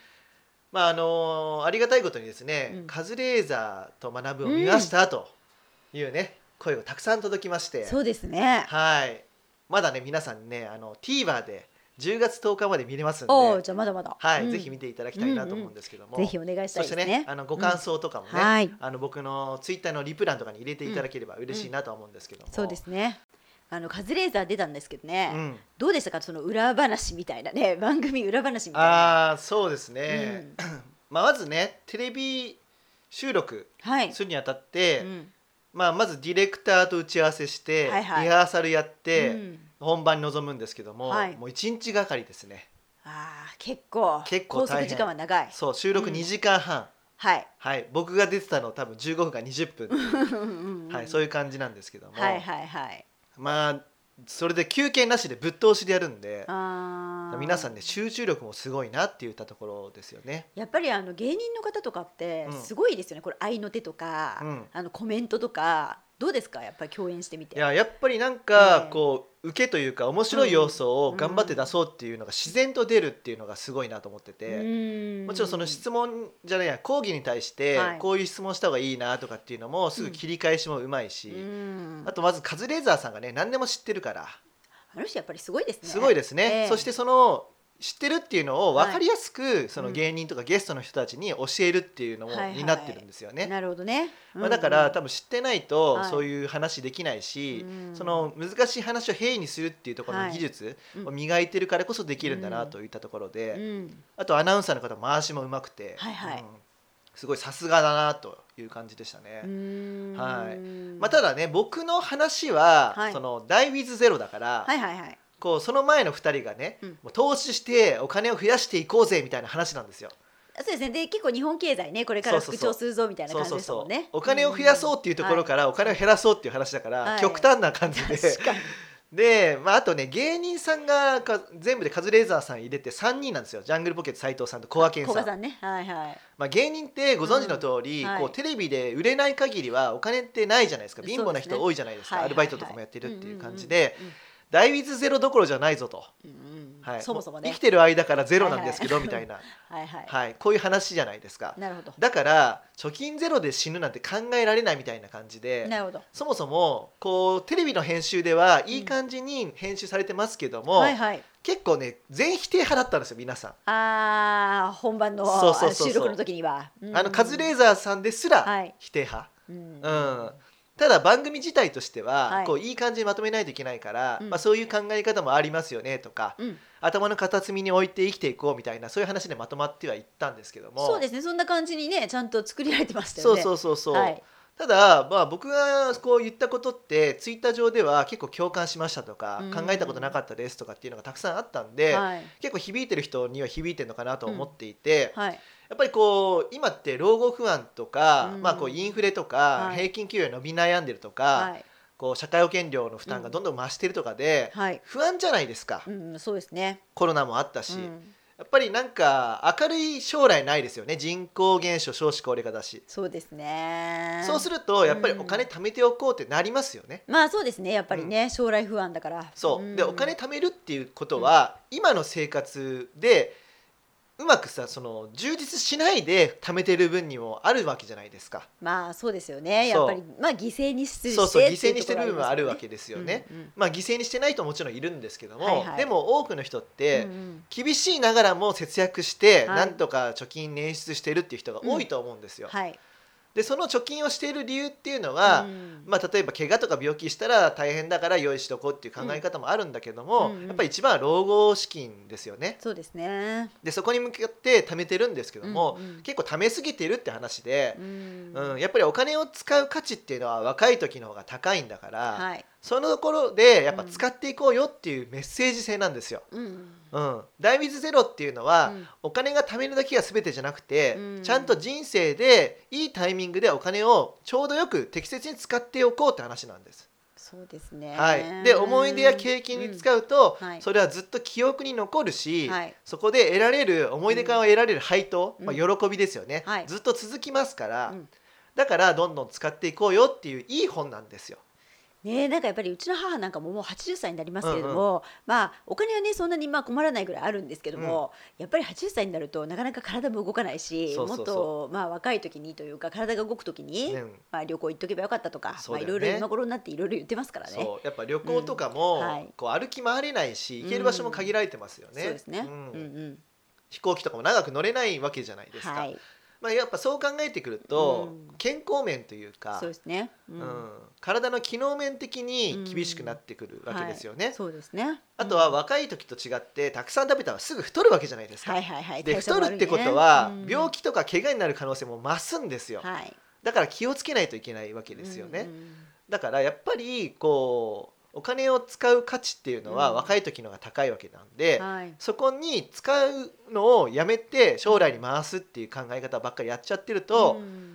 Speaker 1: まああのーありがたいことにですね、
Speaker 2: うん
Speaker 1: カズレーザーと学ぶを見ましたというね、声がたくさん届きまして、
Speaker 2: そうですね。
Speaker 1: はい、まだね皆さんねあの TVer で10月10日まで見れますんで、
Speaker 2: おお、じゃあまだまだ。
Speaker 1: はい、
Speaker 2: うん
Speaker 1: ぜひ見ていただきたいなと思うんですけども、
Speaker 2: ぜひお願いした
Speaker 1: そ
Speaker 2: い
Speaker 1: し
Speaker 2: で
Speaker 1: て
Speaker 2: す
Speaker 1: ね
Speaker 2: ね。
Speaker 1: あのご感想とかもね、
Speaker 2: はい。
Speaker 1: あの僕のツイッターのリプ欄とかに入れていただければ嬉しいなとは思うんですけども、
Speaker 2: そうですね。あのカズレーザー出たんですけどね、
Speaker 1: うん
Speaker 2: どうでしたかその裏話みたいなね 番組裏話みたいな。
Speaker 1: ああそうですね、
Speaker 2: うん
Speaker 1: まあ、まずねテレビ収録
Speaker 2: はい。
Speaker 1: するにあたって、
Speaker 2: うん
Speaker 1: まあ、まずディレクターと打ち合わせして、
Speaker 2: はいはい
Speaker 1: リハーサルやっ
Speaker 2: う
Speaker 1: て、
Speaker 2: ん
Speaker 1: 本番に臨むんですけども、
Speaker 2: はい
Speaker 1: もう1日がかりですね
Speaker 2: ああ結構
Speaker 1: 結構大変
Speaker 2: 拘束時間は長い。
Speaker 1: そう収録
Speaker 2: うん
Speaker 1: 2時間半、
Speaker 2: はい。
Speaker 1: はい僕が出てたの多分15分か20分、はい、そう
Speaker 2: いう
Speaker 1: いう感じなんですけども、
Speaker 2: はいはいはい。
Speaker 1: まあそれで休憩なしでぶっ通しでやるんで
Speaker 2: ああ。
Speaker 1: 皆さんね集中力もすごいなって言ったところですよね。
Speaker 2: やっぱりあの芸人の方とかって
Speaker 1: うん
Speaker 2: すごいですよね、これ愛の手とか、
Speaker 1: うん
Speaker 2: あのコメントとかどうですかやっぱり共演してみて
Speaker 1: いややっぱりなん
Speaker 2: え
Speaker 1: か
Speaker 2: え
Speaker 1: こう受けというか面白い要素を頑張って出そうっていうのが自然と出るっていうのがすごいなと思ってても
Speaker 2: も
Speaker 1: ちろんその質問じゃないや講義に対して
Speaker 2: はい
Speaker 1: こういう質問した方がいいなとかっていうのもすぐ切り返しもうまいしあとまずカズレーザーさんがね何でも知ってるから
Speaker 2: あの人やっぱりすごいですね
Speaker 1: すごいです
Speaker 2: え
Speaker 1: ね
Speaker 2: え
Speaker 1: そしてその知ってるっていうのを分かりやすくその
Speaker 2: うん
Speaker 1: 芸人とかゲストの人たちに教えるっていうのも
Speaker 2: はいはい
Speaker 1: になってるんですよね。
Speaker 2: なるほどね、
Speaker 1: まあ、だから
Speaker 2: 多
Speaker 1: 多分知ってないと
Speaker 2: はい
Speaker 1: そういう話できないし、その難しい話を平易にするっていうところ
Speaker 2: は
Speaker 1: の
Speaker 2: い
Speaker 1: 技術
Speaker 2: うん
Speaker 1: を磨いてるからこそできるんだな
Speaker 2: うん
Speaker 1: といったところで、あとアナウンサーの方回しもうまくて、
Speaker 2: はいはい
Speaker 1: うんすごいさすがだなという感じでしたね。はい
Speaker 2: い
Speaker 1: まあ、た
Speaker 2: だ
Speaker 1: だね僕の話は、
Speaker 2: はい
Speaker 1: そのダイウィズゼロだから、
Speaker 2: はいはいはい
Speaker 1: こうその前の2人がね、
Speaker 2: うん
Speaker 1: もう投資してお金を増やしていこうぜみたいな話なんですよ。
Speaker 2: そうですねで結構日本経済ねこれから
Speaker 1: そう
Speaker 2: 復
Speaker 1: そうそう
Speaker 2: 調するぞみたいな
Speaker 1: そう
Speaker 2: 感じ
Speaker 1: そう
Speaker 2: ですも
Speaker 1: そ
Speaker 2: ん
Speaker 1: う
Speaker 2: ね
Speaker 1: お金を増やそうっていうところからお金を減らそうっていう話だから、
Speaker 2: はい
Speaker 1: 極端な感じで、
Speaker 2: 確かに
Speaker 1: で、まあ、あとね芸人さんがか全部でカズレーザーさん入れて3人なんですよジャングルポケット斉藤さんとコアケンさ
Speaker 2: 小
Speaker 1: ん
Speaker 2: 賀さんねはいはい
Speaker 1: まあ、芸人ってご存知の通り、
Speaker 2: うんはい
Speaker 1: こうテレビで売れない限りはお金ってないじゃないですか
Speaker 2: そうで
Speaker 1: 貧
Speaker 2: すね
Speaker 1: 乏な人多いじゃないですか
Speaker 2: はい
Speaker 1: アルバイトとかもやってるっていう感じで
Speaker 2: うんうんうん
Speaker 1: 「大ウィズゼロどころじゃないぞ」と、
Speaker 2: うんうん
Speaker 1: はい、
Speaker 2: そもそもね
Speaker 1: う生きてる間からゼロなんですけど、みたいな、
Speaker 2: はいはい、
Speaker 1: はい、こういう話じゃないですか。
Speaker 2: なるほど
Speaker 1: だから貯金ゼロで死ぬなんて考えられないみたいな感じで
Speaker 2: なるほど
Speaker 1: そもそもこうテレビの編集ではいい感じに編集されてますけども、
Speaker 2: はいはい
Speaker 1: 結構ね全否定派だったんですよ皆さん。
Speaker 2: あー本番の
Speaker 1: そうそうそうそう
Speaker 2: あの収録の時には、
Speaker 1: あのカズレ
Speaker 2: ー
Speaker 1: ーザーさんですら
Speaker 2: はい、
Speaker 1: 否定派、
Speaker 2: うん
Speaker 1: うん、ただ番組自体としては、
Speaker 2: はい
Speaker 1: い、こういい感じにまとめないといけないから、
Speaker 2: うん
Speaker 1: まあ、そういう考え方もありますよねとか
Speaker 2: うん
Speaker 1: 頭の片隅に置いて生きていこうみたいなそういう話でまとまってはいったんですけども
Speaker 2: そうですねそんな感じにねちゃんと作りられてましたよ
Speaker 1: そう
Speaker 2: ね
Speaker 1: そううそうそう、
Speaker 2: はい、
Speaker 1: ただ、まあ、僕がこう言ったことってツイッター上では結構共感しましたとか、
Speaker 2: うん
Speaker 1: 考えたことなかったですとかっていうのがたくさんあったんで、
Speaker 2: はい
Speaker 1: 結構響いてる人には響いてるのかなと思っていて、
Speaker 2: はい
Speaker 1: やっぱりこう今って老後不安とか、
Speaker 2: うん
Speaker 1: まあ、こうインフレとか、
Speaker 2: はい
Speaker 1: 平均給与に伸び悩んでるとか、
Speaker 2: はい
Speaker 1: こう社会保険料の負担がどんどん増してるとかで、
Speaker 2: はい
Speaker 1: 不安じゃないですか、
Speaker 2: うんそうですね、
Speaker 1: コロナもあった
Speaker 2: う
Speaker 1: し、やっ
Speaker 2: ん、
Speaker 1: ぱりなんか明るい将来ないですよね人口減少少子高齢化だし。
Speaker 2: そうですね
Speaker 1: そうす
Speaker 2: る
Speaker 1: るとやっぱりお金貯めておこうってなりますよね。
Speaker 2: まあそうですねやっぱりね、将来不安だから
Speaker 1: そうで
Speaker 2: ん
Speaker 1: お金貯めるっていうことは、今の生活でうまくさその充実しないで貯めてる分にもあるわけじゃないですか
Speaker 2: まあそうですよねや
Speaker 1: そ
Speaker 2: っ
Speaker 1: う
Speaker 2: ぱりまあ犠牲にして
Speaker 1: そうそう犠
Speaker 2: ってい
Speaker 1: 牲にしてる部分はあるわけ
Speaker 2: で
Speaker 1: ですよね、、
Speaker 2: うんうん
Speaker 1: まあ犠牲にしてない人ももちろんいるんですけども、
Speaker 2: はいはい
Speaker 1: でも多くの人って、
Speaker 2: うんうん
Speaker 1: 厳しいながらも節約して、
Speaker 2: はい
Speaker 1: なんとか貯金捻出してるっていう人が多いと思うんですよ、
Speaker 2: はい
Speaker 1: でその貯金をしている理由っていうのは、
Speaker 2: うん
Speaker 1: まあ、例えば怪我とか病気したら大変だから用意しとこうっていう考え方もあるんだけども、
Speaker 2: うんうんうん
Speaker 1: やっぱり一番は老後資金ですよね
Speaker 2: そうですね。
Speaker 1: でそこに向けて貯めてるんですけども、
Speaker 2: うんうん
Speaker 1: 結構貯めすぎてるって話で
Speaker 2: う、ん
Speaker 1: うんやっぱりお金を使う価値っていうのは若い時の方が高いんだから、
Speaker 2: はい。
Speaker 1: そのところでやっぱ使っていこうよっていうメッセージ性なんですよ。
Speaker 2: うん。
Speaker 1: うん、大水ゼロっていうのは、
Speaker 2: うん
Speaker 1: お金が貯めるだけが全てじゃなくて、
Speaker 2: うん
Speaker 1: ちゃんと人生でいいタイミングでお金をちょうどよく適切に使っておこうって話なんです。
Speaker 2: そうですね。
Speaker 1: はい、で思い出や経験に使うと、
Speaker 2: うんはい
Speaker 1: それはずっと記憶に残るし、
Speaker 2: はい
Speaker 1: そこで得られる思い出から得られる配当、
Speaker 2: うん
Speaker 1: まあ、喜びですよね、
Speaker 2: はい
Speaker 1: ずっと続きますから、
Speaker 2: うん
Speaker 1: だからどんどん使っていこうよっていういい本なんですよ。
Speaker 2: ねえなんかやっぱりうちの母なんかももう80歳になりますけれども、まあお金はねそんなにまあ困らないぐらいあるんですけども、やっぱり80歳になるとなかなか体も動かないし
Speaker 1: そうそうそう
Speaker 2: もっとまあ若い時にというか体が動く時に、
Speaker 1: うん
Speaker 2: まあ、旅行行っとけばよかったとか、
Speaker 1: そ
Speaker 2: ま
Speaker 1: う
Speaker 2: あ、
Speaker 1: だ
Speaker 2: い
Speaker 1: よね
Speaker 2: ろいろ今頃になっていろいろ言ってますからね。
Speaker 1: そうやっぱ旅行とかも、
Speaker 2: うんはい
Speaker 1: こう歩き回れないし行ける場所も限られてますよね。
Speaker 2: そうですね、
Speaker 1: うん
Speaker 2: うんうん
Speaker 1: 飛行機とかも長く乗れないわけじゃないですか、
Speaker 2: はい
Speaker 1: まあ、やっぱそう考えてくると、
Speaker 2: うん
Speaker 1: 健康面というか
Speaker 2: そうですね、う
Speaker 1: うんん体の機能面的に厳しくなってくるわけですよね、
Speaker 2: はいそうですね
Speaker 1: あとは若い時と違ってたくさん食べたらすぐ太るわけじゃないですか、
Speaker 2: はいはいはい
Speaker 1: で
Speaker 2: 代謝
Speaker 1: 太
Speaker 2: も
Speaker 1: る
Speaker 2: 悪い
Speaker 1: って
Speaker 2: ね
Speaker 1: ことは
Speaker 2: うん
Speaker 1: 病気とか怪我になる可能性も増すんですよ、
Speaker 2: はい
Speaker 1: だから気をつけないといけないわけですよね、
Speaker 2: うんうん
Speaker 1: だからやっぱりこうお金を使う価値っていうのは
Speaker 2: うん
Speaker 1: 若い時のが高いわけなんで、
Speaker 2: はい
Speaker 1: そこに使うのをやめて将来に回すっていう考え方ばっかりやっちゃってると、
Speaker 2: うん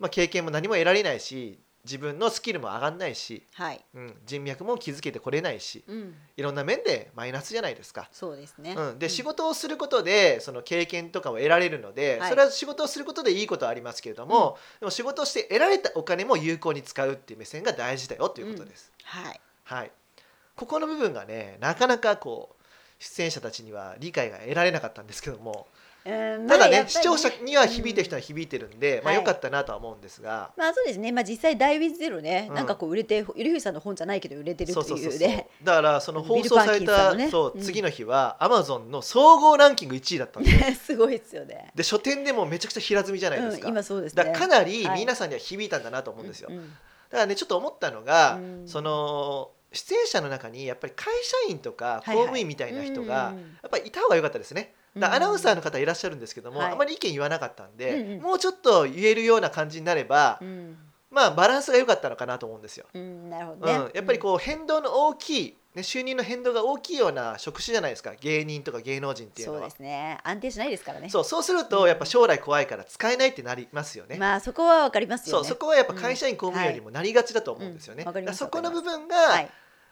Speaker 1: まあ、経験も何も得られないし自分のスキルも上がんないし、
Speaker 2: はい、
Speaker 1: うん、人脈も築けてこれないし
Speaker 2: うん、
Speaker 1: いろんな面でマイナスじゃないですか。
Speaker 2: そうですね、
Speaker 1: うん、で仕事をすることでその経験とかも得られるので、
Speaker 2: はい
Speaker 1: それは仕事をすることでいいことはありますけれども、でも仕事をして得られたお金も有効に使うっていう目線が大事だよということです。
Speaker 2: はい
Speaker 1: はい、ここの部分がねなかなかこう出演者たちには理解が得られなかったんですけども
Speaker 2: うんま
Speaker 1: ただね
Speaker 2: やっぱり
Speaker 1: 視聴者には響いてる人は響いてるんで、まあ、
Speaker 2: はい
Speaker 1: よかったなとは思うんですが、
Speaker 2: まあそうですね、まあ、実際「ダイ・ウィズ・ゼロね」
Speaker 1: うん
Speaker 2: なんかこう売れてゆりふりさんの本じゃないけど売れてるって
Speaker 1: そうそうそ
Speaker 2: いうう
Speaker 1: そう
Speaker 2: ね
Speaker 1: だからその放送され
Speaker 2: ビルパー
Speaker 1: た、
Speaker 2: キンさんのね
Speaker 1: そう
Speaker 2: うん
Speaker 1: 次の日はアマゾンの総合ランキング1位だったんですよ
Speaker 2: すごいですよね。
Speaker 1: で書店でもめちゃくちゃ平積みじゃないです
Speaker 2: う
Speaker 1: か、
Speaker 2: ん、今そうです
Speaker 1: だ
Speaker 2: ね。
Speaker 1: からかなり皆さんには響いたんだなと思うんですよ、
Speaker 2: うう
Speaker 1: だからねちょっと思ったのが、
Speaker 2: うん
Speaker 1: その出演者の中にやっぱり会社員とか公務員みたいな人が、
Speaker 2: うんうん
Speaker 1: やっぱりいた方が良かったですね。だからアナウンサーの方いらっしゃるんですけども、
Speaker 2: はい
Speaker 1: あまり意見言わなかったんで、
Speaker 2: うんうん
Speaker 1: もうちょっと言えるような感じになれば、
Speaker 2: うん
Speaker 1: まあバランスが良かったのかなと思うんですよ。
Speaker 2: うん、なるほ
Speaker 1: う
Speaker 2: ど
Speaker 1: ん、
Speaker 2: ね。
Speaker 1: やっぱりこう変動の大きい、ね、収入の変動が大きいような職種じゃないですか芸人とか芸能人っていう
Speaker 2: そ
Speaker 1: の
Speaker 2: う
Speaker 1: は
Speaker 2: で。すね。安定しないですからね。
Speaker 1: そうそうするとやっぱ将来怖いから使えないってなりますよね。
Speaker 2: まあそこはわかります
Speaker 1: そ
Speaker 2: よ
Speaker 1: う
Speaker 2: ね。
Speaker 1: そこはやっぱ会社員公務員よりもなりがちだと思うんですよね。
Speaker 2: うんわかります
Speaker 1: だからそこの部分が、
Speaker 2: はい。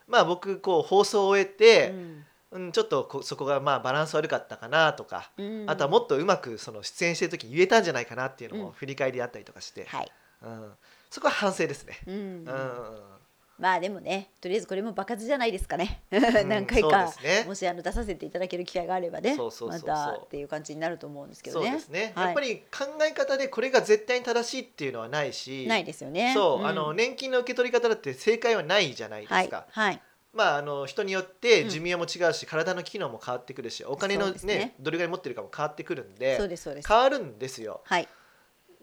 Speaker 1: まあ、僕こう放送を終えて、
Speaker 2: うん
Speaker 1: うん、ちょっとこそこがまあバランス悪かったかなとか、
Speaker 2: うん
Speaker 1: あとはもっとうまくその出演してる時に言えたんじゃないかなっていうの
Speaker 2: う
Speaker 1: も
Speaker 2: ん
Speaker 1: 振り返りあったりとかして、
Speaker 2: はい。
Speaker 1: うんそこは反省ですね。
Speaker 2: うん
Speaker 1: うん
Speaker 2: まあでもね、とりあえずこれも場数じゃないですかね。
Speaker 1: ん
Speaker 2: 何回か
Speaker 1: そうですね
Speaker 2: もしあの出させていただける機会があればね、
Speaker 1: そうそうそうそう
Speaker 2: またっていう感じになると思うんですけ
Speaker 1: そ
Speaker 2: ど
Speaker 1: う
Speaker 2: ね。
Speaker 1: ですね、
Speaker 2: はい
Speaker 1: やっぱり考え方でこれが絶対に正しいっていうのはないし
Speaker 2: ないですよね。
Speaker 1: そう、
Speaker 2: ん
Speaker 1: あの年金の受け取り方だって正解はないじゃないですか、
Speaker 2: はい。はい。
Speaker 1: まああの人によって寿命も違うし、体の機能も変わってくるしお金の
Speaker 2: そう
Speaker 1: ね
Speaker 2: ですね
Speaker 1: どれぐらい持ってるかも変わってくるんで
Speaker 2: そうですそうです。
Speaker 1: 変わるんですよ
Speaker 2: はい。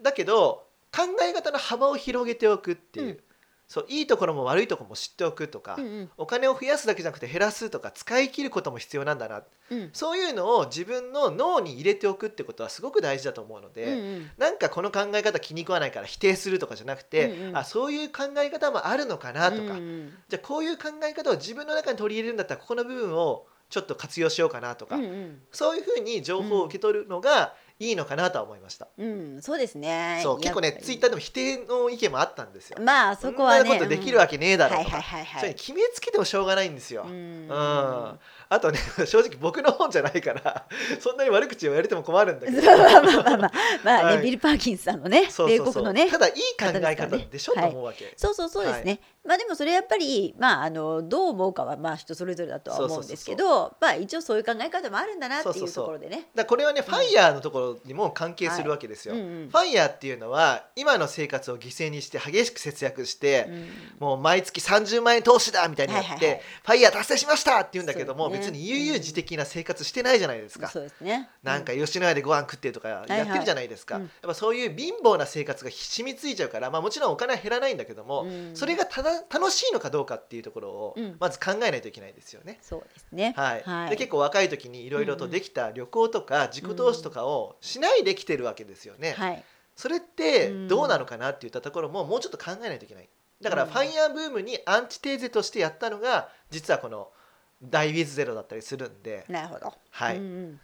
Speaker 1: だけど考え方の幅を広げておくっていう、
Speaker 2: うん
Speaker 1: そういいところも悪いところも知っておくとか、
Speaker 2: うんうん
Speaker 1: お金を増やすだけじゃなくて減らすとか使い切ることも必要なんだな
Speaker 2: うん。
Speaker 1: そういうのを自分の脳に入れておくってことはすごく大事だと思うので、
Speaker 2: うんうん
Speaker 1: なんかこの考え方気に食わないから否定するとかじゃなくて、
Speaker 2: うんうん
Speaker 1: あそういう考え方もあるのかなとか、
Speaker 2: うんうん
Speaker 1: じゃあこういう考え方を自分の中に取り入れるんだったらここの部分をちょっと活用しようかなとか、
Speaker 2: うんうん
Speaker 1: そういうふうに情報を受け取るのがいいのかなとは思いました。
Speaker 2: うん、そうですね。
Speaker 1: そう結構ねツイッター
Speaker 2: ー
Speaker 1: でも否定の意見もあったんですよ。
Speaker 2: まあそこはね。
Speaker 1: んなことできるわけねえ
Speaker 2: け
Speaker 1: だろ
Speaker 2: は
Speaker 1: う
Speaker 2: い
Speaker 1: と
Speaker 2: はい
Speaker 1: か、
Speaker 2: はい
Speaker 1: そ
Speaker 2: は
Speaker 1: れに
Speaker 2: い。
Speaker 1: 決めつけてもしょうがないんですよ。
Speaker 2: うん
Speaker 1: うんあとね 正直僕の本じゃないから そんなに悪口言われても困るんだけど
Speaker 2: そうまあまあまあまあ、まあね
Speaker 1: はい
Speaker 2: ビル・パーキンスさんのね
Speaker 1: そう
Speaker 2: 米
Speaker 1: そうそう
Speaker 2: 国のね
Speaker 1: ただいい考え
Speaker 2: 方です
Speaker 1: 方
Speaker 2: からね
Speaker 1: でしょ、
Speaker 2: はい
Speaker 1: と思うわけ。
Speaker 2: そうそうそうですね、まあでもそれやっぱり、まあ、あのどう思うかはまあ人それぞれだとは思うんですけどまあ一応そういう考え方もあるんだなって
Speaker 1: そう
Speaker 2: い
Speaker 1: そう
Speaker 2: う
Speaker 1: そう
Speaker 2: ところでね
Speaker 1: だからこれはね、ファイヤーのところことにも関係するわけですよ、
Speaker 2: うんうん
Speaker 1: ファイヤーっていうのは今の生活を犠牲にして激しく節約して、
Speaker 2: うん
Speaker 1: もう毎月30万円投資だみたいにやって、
Speaker 2: はいはいはい
Speaker 1: ファイヤー達成しましたって言うんだけども、
Speaker 2: そうです
Speaker 1: 別
Speaker 2: ね
Speaker 1: に悠々自適な生活してないじゃないですか、
Speaker 2: そうですね。
Speaker 1: なんか吉野家でご飯食ってとかや
Speaker 2: はい
Speaker 1: ってるじゃないですか、
Speaker 2: うん
Speaker 1: やっぱそういう貧乏な生活が染みついちゃうから、まあ、もちろんお金は減らないんだけども、
Speaker 2: うん
Speaker 1: それがただ楽しいのかどうかっていうところを
Speaker 2: うん
Speaker 1: まず考えないといけないですよね。
Speaker 2: そうですね。
Speaker 1: はいで結構若い時にいろいろとできた旅行とか自己投資とかをしないで来てるわけですよね。
Speaker 2: はい。
Speaker 1: それってどうなのかなって言ったところももうちょっと考えないといけないだから
Speaker 2: うん
Speaker 1: ファイヤーブームにアンチテーゼとしてやったのが実はこの「大ウィズゼロだったりするんで、
Speaker 2: なるほど。
Speaker 1: はい
Speaker 2: うんうん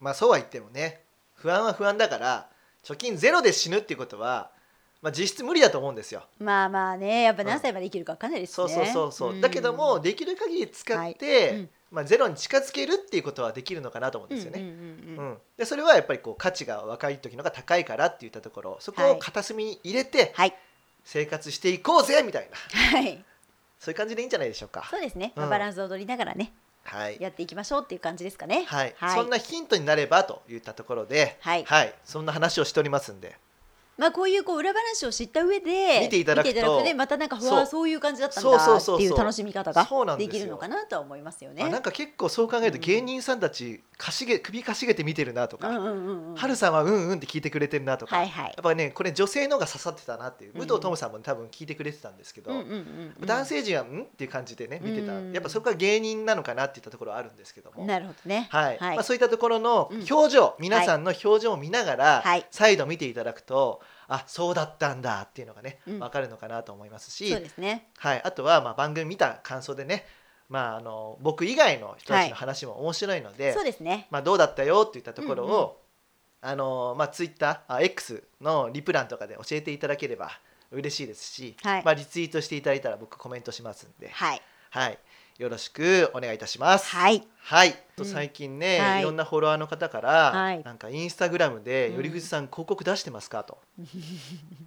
Speaker 1: まあそうは言ってもね不安は不安だから貯金ゼロで死ぬっていうことは、まあ、実質無理だと思うんですよ。
Speaker 2: まあまあね、やっぱ何歳まで生きるかわかんないです
Speaker 1: そ
Speaker 2: ね。
Speaker 1: うそうそうそう、だけどもできる限り使って、
Speaker 2: はいうん
Speaker 1: まあ、ゼロに近づけるっていうことはできるのかなと思うん
Speaker 2: うん、
Speaker 1: ですよね。
Speaker 2: うんうんう
Speaker 1: うん
Speaker 2: うん
Speaker 1: ん、でそれはやっぱりこう価値が若い時の方が高いからって言ったところそこを片隅に入れて
Speaker 2: はい
Speaker 1: 生活していこうぜみたいな
Speaker 2: はい。
Speaker 1: そういう感じでいいんじゃないでしょうか
Speaker 2: そうですね。
Speaker 1: うん
Speaker 2: バランスを取りながらね、
Speaker 1: はい、
Speaker 2: やっていきましょうっていう感じですかね。
Speaker 1: はい
Speaker 2: はい
Speaker 1: そんなヒントになればといったところでは
Speaker 2: はい
Speaker 1: そんな話をしておりますんで
Speaker 2: まあこういうこう裏話を知った上で
Speaker 1: 見ていただくと
Speaker 2: ねまたなんか
Speaker 1: そう
Speaker 2: うわそういう感じだったん
Speaker 1: そうそう
Speaker 2: だ
Speaker 1: そうそう
Speaker 2: っていう楽しみ方が
Speaker 1: そうなんで
Speaker 2: です
Speaker 1: よ
Speaker 2: きるのかなとは思いますよね。
Speaker 1: あなんか結構そう考えると
Speaker 2: うん
Speaker 1: 芸人さんたちかしげ首かしげて見てるなとか、
Speaker 2: うんうんうんうん。
Speaker 1: はるさんはうんうんって聞いてくれてるなとか、
Speaker 2: はい
Speaker 1: や
Speaker 2: はい。
Speaker 1: っぱねこれ女性の方が刺さってたなっていう
Speaker 2: うん
Speaker 1: 武藤智さんもね多分聞いてくれてたんですけど、
Speaker 2: うんうんうんうん
Speaker 1: 男性陣はんっていう感じでね見てた、
Speaker 2: うん
Speaker 1: やっぱそこが芸人なのかなっていったところはあるんですけども。
Speaker 2: なるほどね。
Speaker 1: はい
Speaker 2: はい
Speaker 1: まあ、そういったところの表情、皆さんの表情を見ながら、
Speaker 2: はい
Speaker 1: 再度見ていただくとあそうだったんだっていうのがね
Speaker 2: うん
Speaker 1: 分かるのかなと思いますし、
Speaker 2: そうですね。
Speaker 1: はい、あとはまあ番組見た感想でね、まあ、あの僕以外の人たちの話も面白いので、
Speaker 2: そうですね。
Speaker 1: まあ、どうだったよっていったところ
Speaker 2: うんうん
Speaker 1: を、あのまあ、Twitter あ X のリプランとかで教えていただければ嬉しいですし、
Speaker 2: はい
Speaker 1: まあ、リツイートしていただいたら僕コメントしますんで、
Speaker 2: はい
Speaker 1: はい、よろしくお願いいたします。
Speaker 2: はい。
Speaker 1: はい、と
Speaker 2: うん
Speaker 1: 最近ね、
Speaker 2: はい
Speaker 1: い、ろんなフォロワーの方から、
Speaker 2: はい
Speaker 1: なんかインスタグラムで「
Speaker 2: うん
Speaker 1: よりふじさん広告出してますか?」 と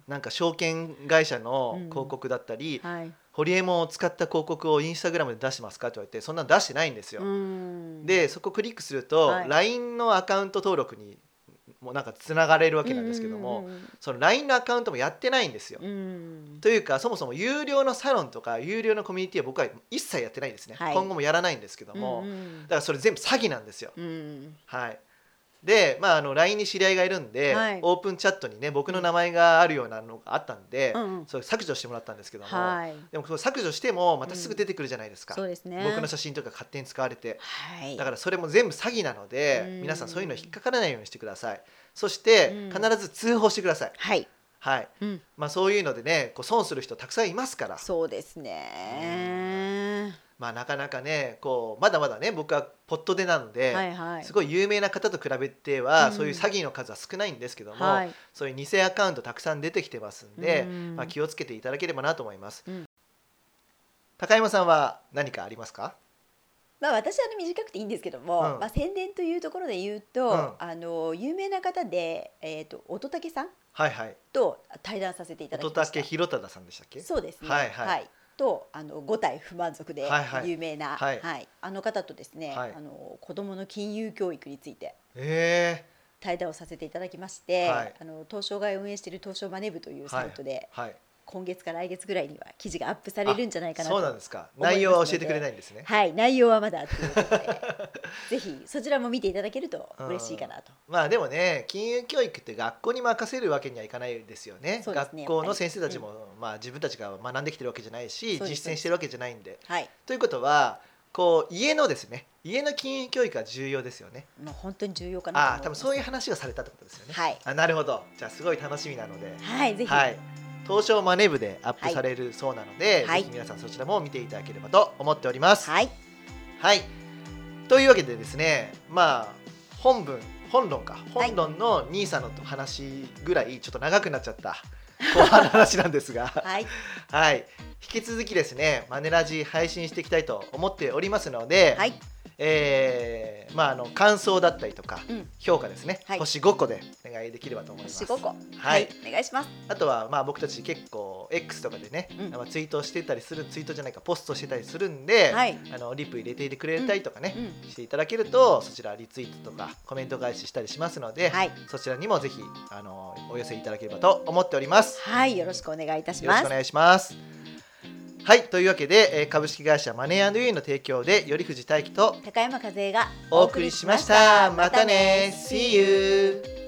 Speaker 1: なんか証券会社の広告だったり、
Speaker 2: はい。
Speaker 1: ホリエモンを使った広告をインスタグラムで出してますかって言われてそんなの出してないんですよ。
Speaker 2: ん
Speaker 1: でそこクリックすると、
Speaker 2: はい
Speaker 1: LINE のアカウント登録にもうなんかつながれるわけなんですけども、
Speaker 2: うんうん
Speaker 1: その LINE のアカウントもやってないんですよ。
Speaker 2: うんうん
Speaker 1: というかそもそも有料のサロンとか有料のコミュニティは僕は一切やってないんですね、
Speaker 2: はい
Speaker 1: 今後もやらないんですけど
Speaker 2: うん
Speaker 1: も、
Speaker 2: うん
Speaker 1: だからそれ全部詐欺なんですよ。
Speaker 2: うん
Speaker 1: はい、で、まあ、あの LINE に知り合いがいるんで、
Speaker 2: はい
Speaker 1: オープンチャットにね僕の名前があるようなのがあったんで、
Speaker 2: うんうん
Speaker 1: それ削除してもらったんですけども、
Speaker 2: はい。
Speaker 1: でもその削除してもまたすぐ出てくるじゃないですか、
Speaker 2: そうですね。
Speaker 1: 僕の写真とか勝手に使われて。
Speaker 2: はい。
Speaker 1: だからそれも全部詐欺なので、
Speaker 2: うん
Speaker 1: 皆さんそういうの引っかからないようにしてくださいそして
Speaker 2: うん
Speaker 1: 必ず通報してください、
Speaker 2: はい。
Speaker 1: はい
Speaker 2: うん。
Speaker 1: まあ、そういうのでねこう損する人たくさんいますから、
Speaker 2: そうですね。
Speaker 1: まあ、なかなかねこうまだまだね僕はポットでなので、
Speaker 2: はいはい。
Speaker 1: すごい有名な方と比べては、
Speaker 2: うん
Speaker 1: そういう詐欺の数は少ないんですけども、
Speaker 2: はい。
Speaker 1: そういう偽アカウントたくさん出てきてますんで、
Speaker 2: うん
Speaker 1: まあ、気をつけていただければなと思います、
Speaker 2: うん
Speaker 1: 高山さんは何かありますか
Speaker 2: まあ私はあの短くていいんですけども、
Speaker 1: うん
Speaker 2: まあ宣伝というところで言う
Speaker 1: う
Speaker 2: と、
Speaker 1: ん
Speaker 2: あの有名な方でえっ、と乙武さん
Speaker 1: はいはい
Speaker 2: と対談させていただ
Speaker 1: 乙
Speaker 2: きました。
Speaker 1: 武宏忠さんでしたっけ
Speaker 2: そうですね。
Speaker 1: はいはい
Speaker 2: とあの五体不満足で
Speaker 1: はいはい
Speaker 2: 有名な、
Speaker 1: はい
Speaker 2: あの方とですね、
Speaker 1: はい
Speaker 2: あの子どもの金融教育について
Speaker 1: え
Speaker 2: 対談をさせていただきまして、
Speaker 1: はい
Speaker 2: あの東証が運営している東証マネ部とい
Speaker 1: え
Speaker 2: うサイトで、
Speaker 1: はいはい、
Speaker 2: 今月か来月ぐらいには記事がアップされるんじゃないかなと
Speaker 1: そうなんですか
Speaker 2: 思いますので
Speaker 1: 内容は教えてくれないんですね
Speaker 2: はい内容はまだということで ぜひそちらも見ていただけると嬉しいかなと、
Speaker 1: まあでもね金融教育って学校に任せるわけにはいかないですよね
Speaker 2: そうですね
Speaker 1: 学校の先生たちも、まあ、自分たちが学んできてるわけじゃないし
Speaker 2: そうです
Speaker 1: 実践してるわけじゃないんで
Speaker 2: はい
Speaker 1: ということはこう家のですね家の金融教育は重要ですよね
Speaker 2: もう本当に重要かなと
Speaker 1: ああ
Speaker 2: 思
Speaker 1: 多分そういうう話がされたってことですよね
Speaker 2: はい
Speaker 1: あなるほどじゃあすごい楽しみなので
Speaker 2: はいぜひ、
Speaker 1: はい東証マネ部でアップされるそうなので、
Speaker 2: はい
Speaker 1: ぜひ皆さんそちらも見ていただければと思っております
Speaker 2: はい
Speaker 1: はい、というわけでですねまあ本文本論か
Speaker 2: はい
Speaker 1: 本論の兄さんの話ぐらいちょっと長くなっちゃ った後半の話なんですが
Speaker 2: はい
Speaker 1: はい、引き続きですね、マネラジ配信していきたいと思っておりますので、
Speaker 2: はい
Speaker 1: えーまあ、あの感想だったりとか、
Speaker 2: うん
Speaker 1: 評価ですね、
Speaker 2: はい
Speaker 1: 星5個でお願いできればと思います
Speaker 2: 星5個
Speaker 1: は
Speaker 2: はいい、お願いします
Speaker 1: あとはまあ僕たち結構 X とかでね、
Speaker 2: うん
Speaker 1: まあツイートしてたりするツイートじゃないかポストしてたりするんで、
Speaker 2: はい
Speaker 1: あのリプ入れていてくれたりとかね、
Speaker 2: うん
Speaker 1: していただけるとそちらリツイートとかコメント返ししたりしますので、
Speaker 2: はい
Speaker 1: そちらにもぜひあのお寄せいただければと思っております。
Speaker 2: はいよろしくお願いいたし
Speaker 1: よろ
Speaker 2: ま
Speaker 1: しく
Speaker 2: す
Speaker 1: お願いします。はいというわけで、えー株式会社マネーユーの提供で頼藤大樹と
Speaker 2: 高山和恵が
Speaker 1: お送りしました。またね See you!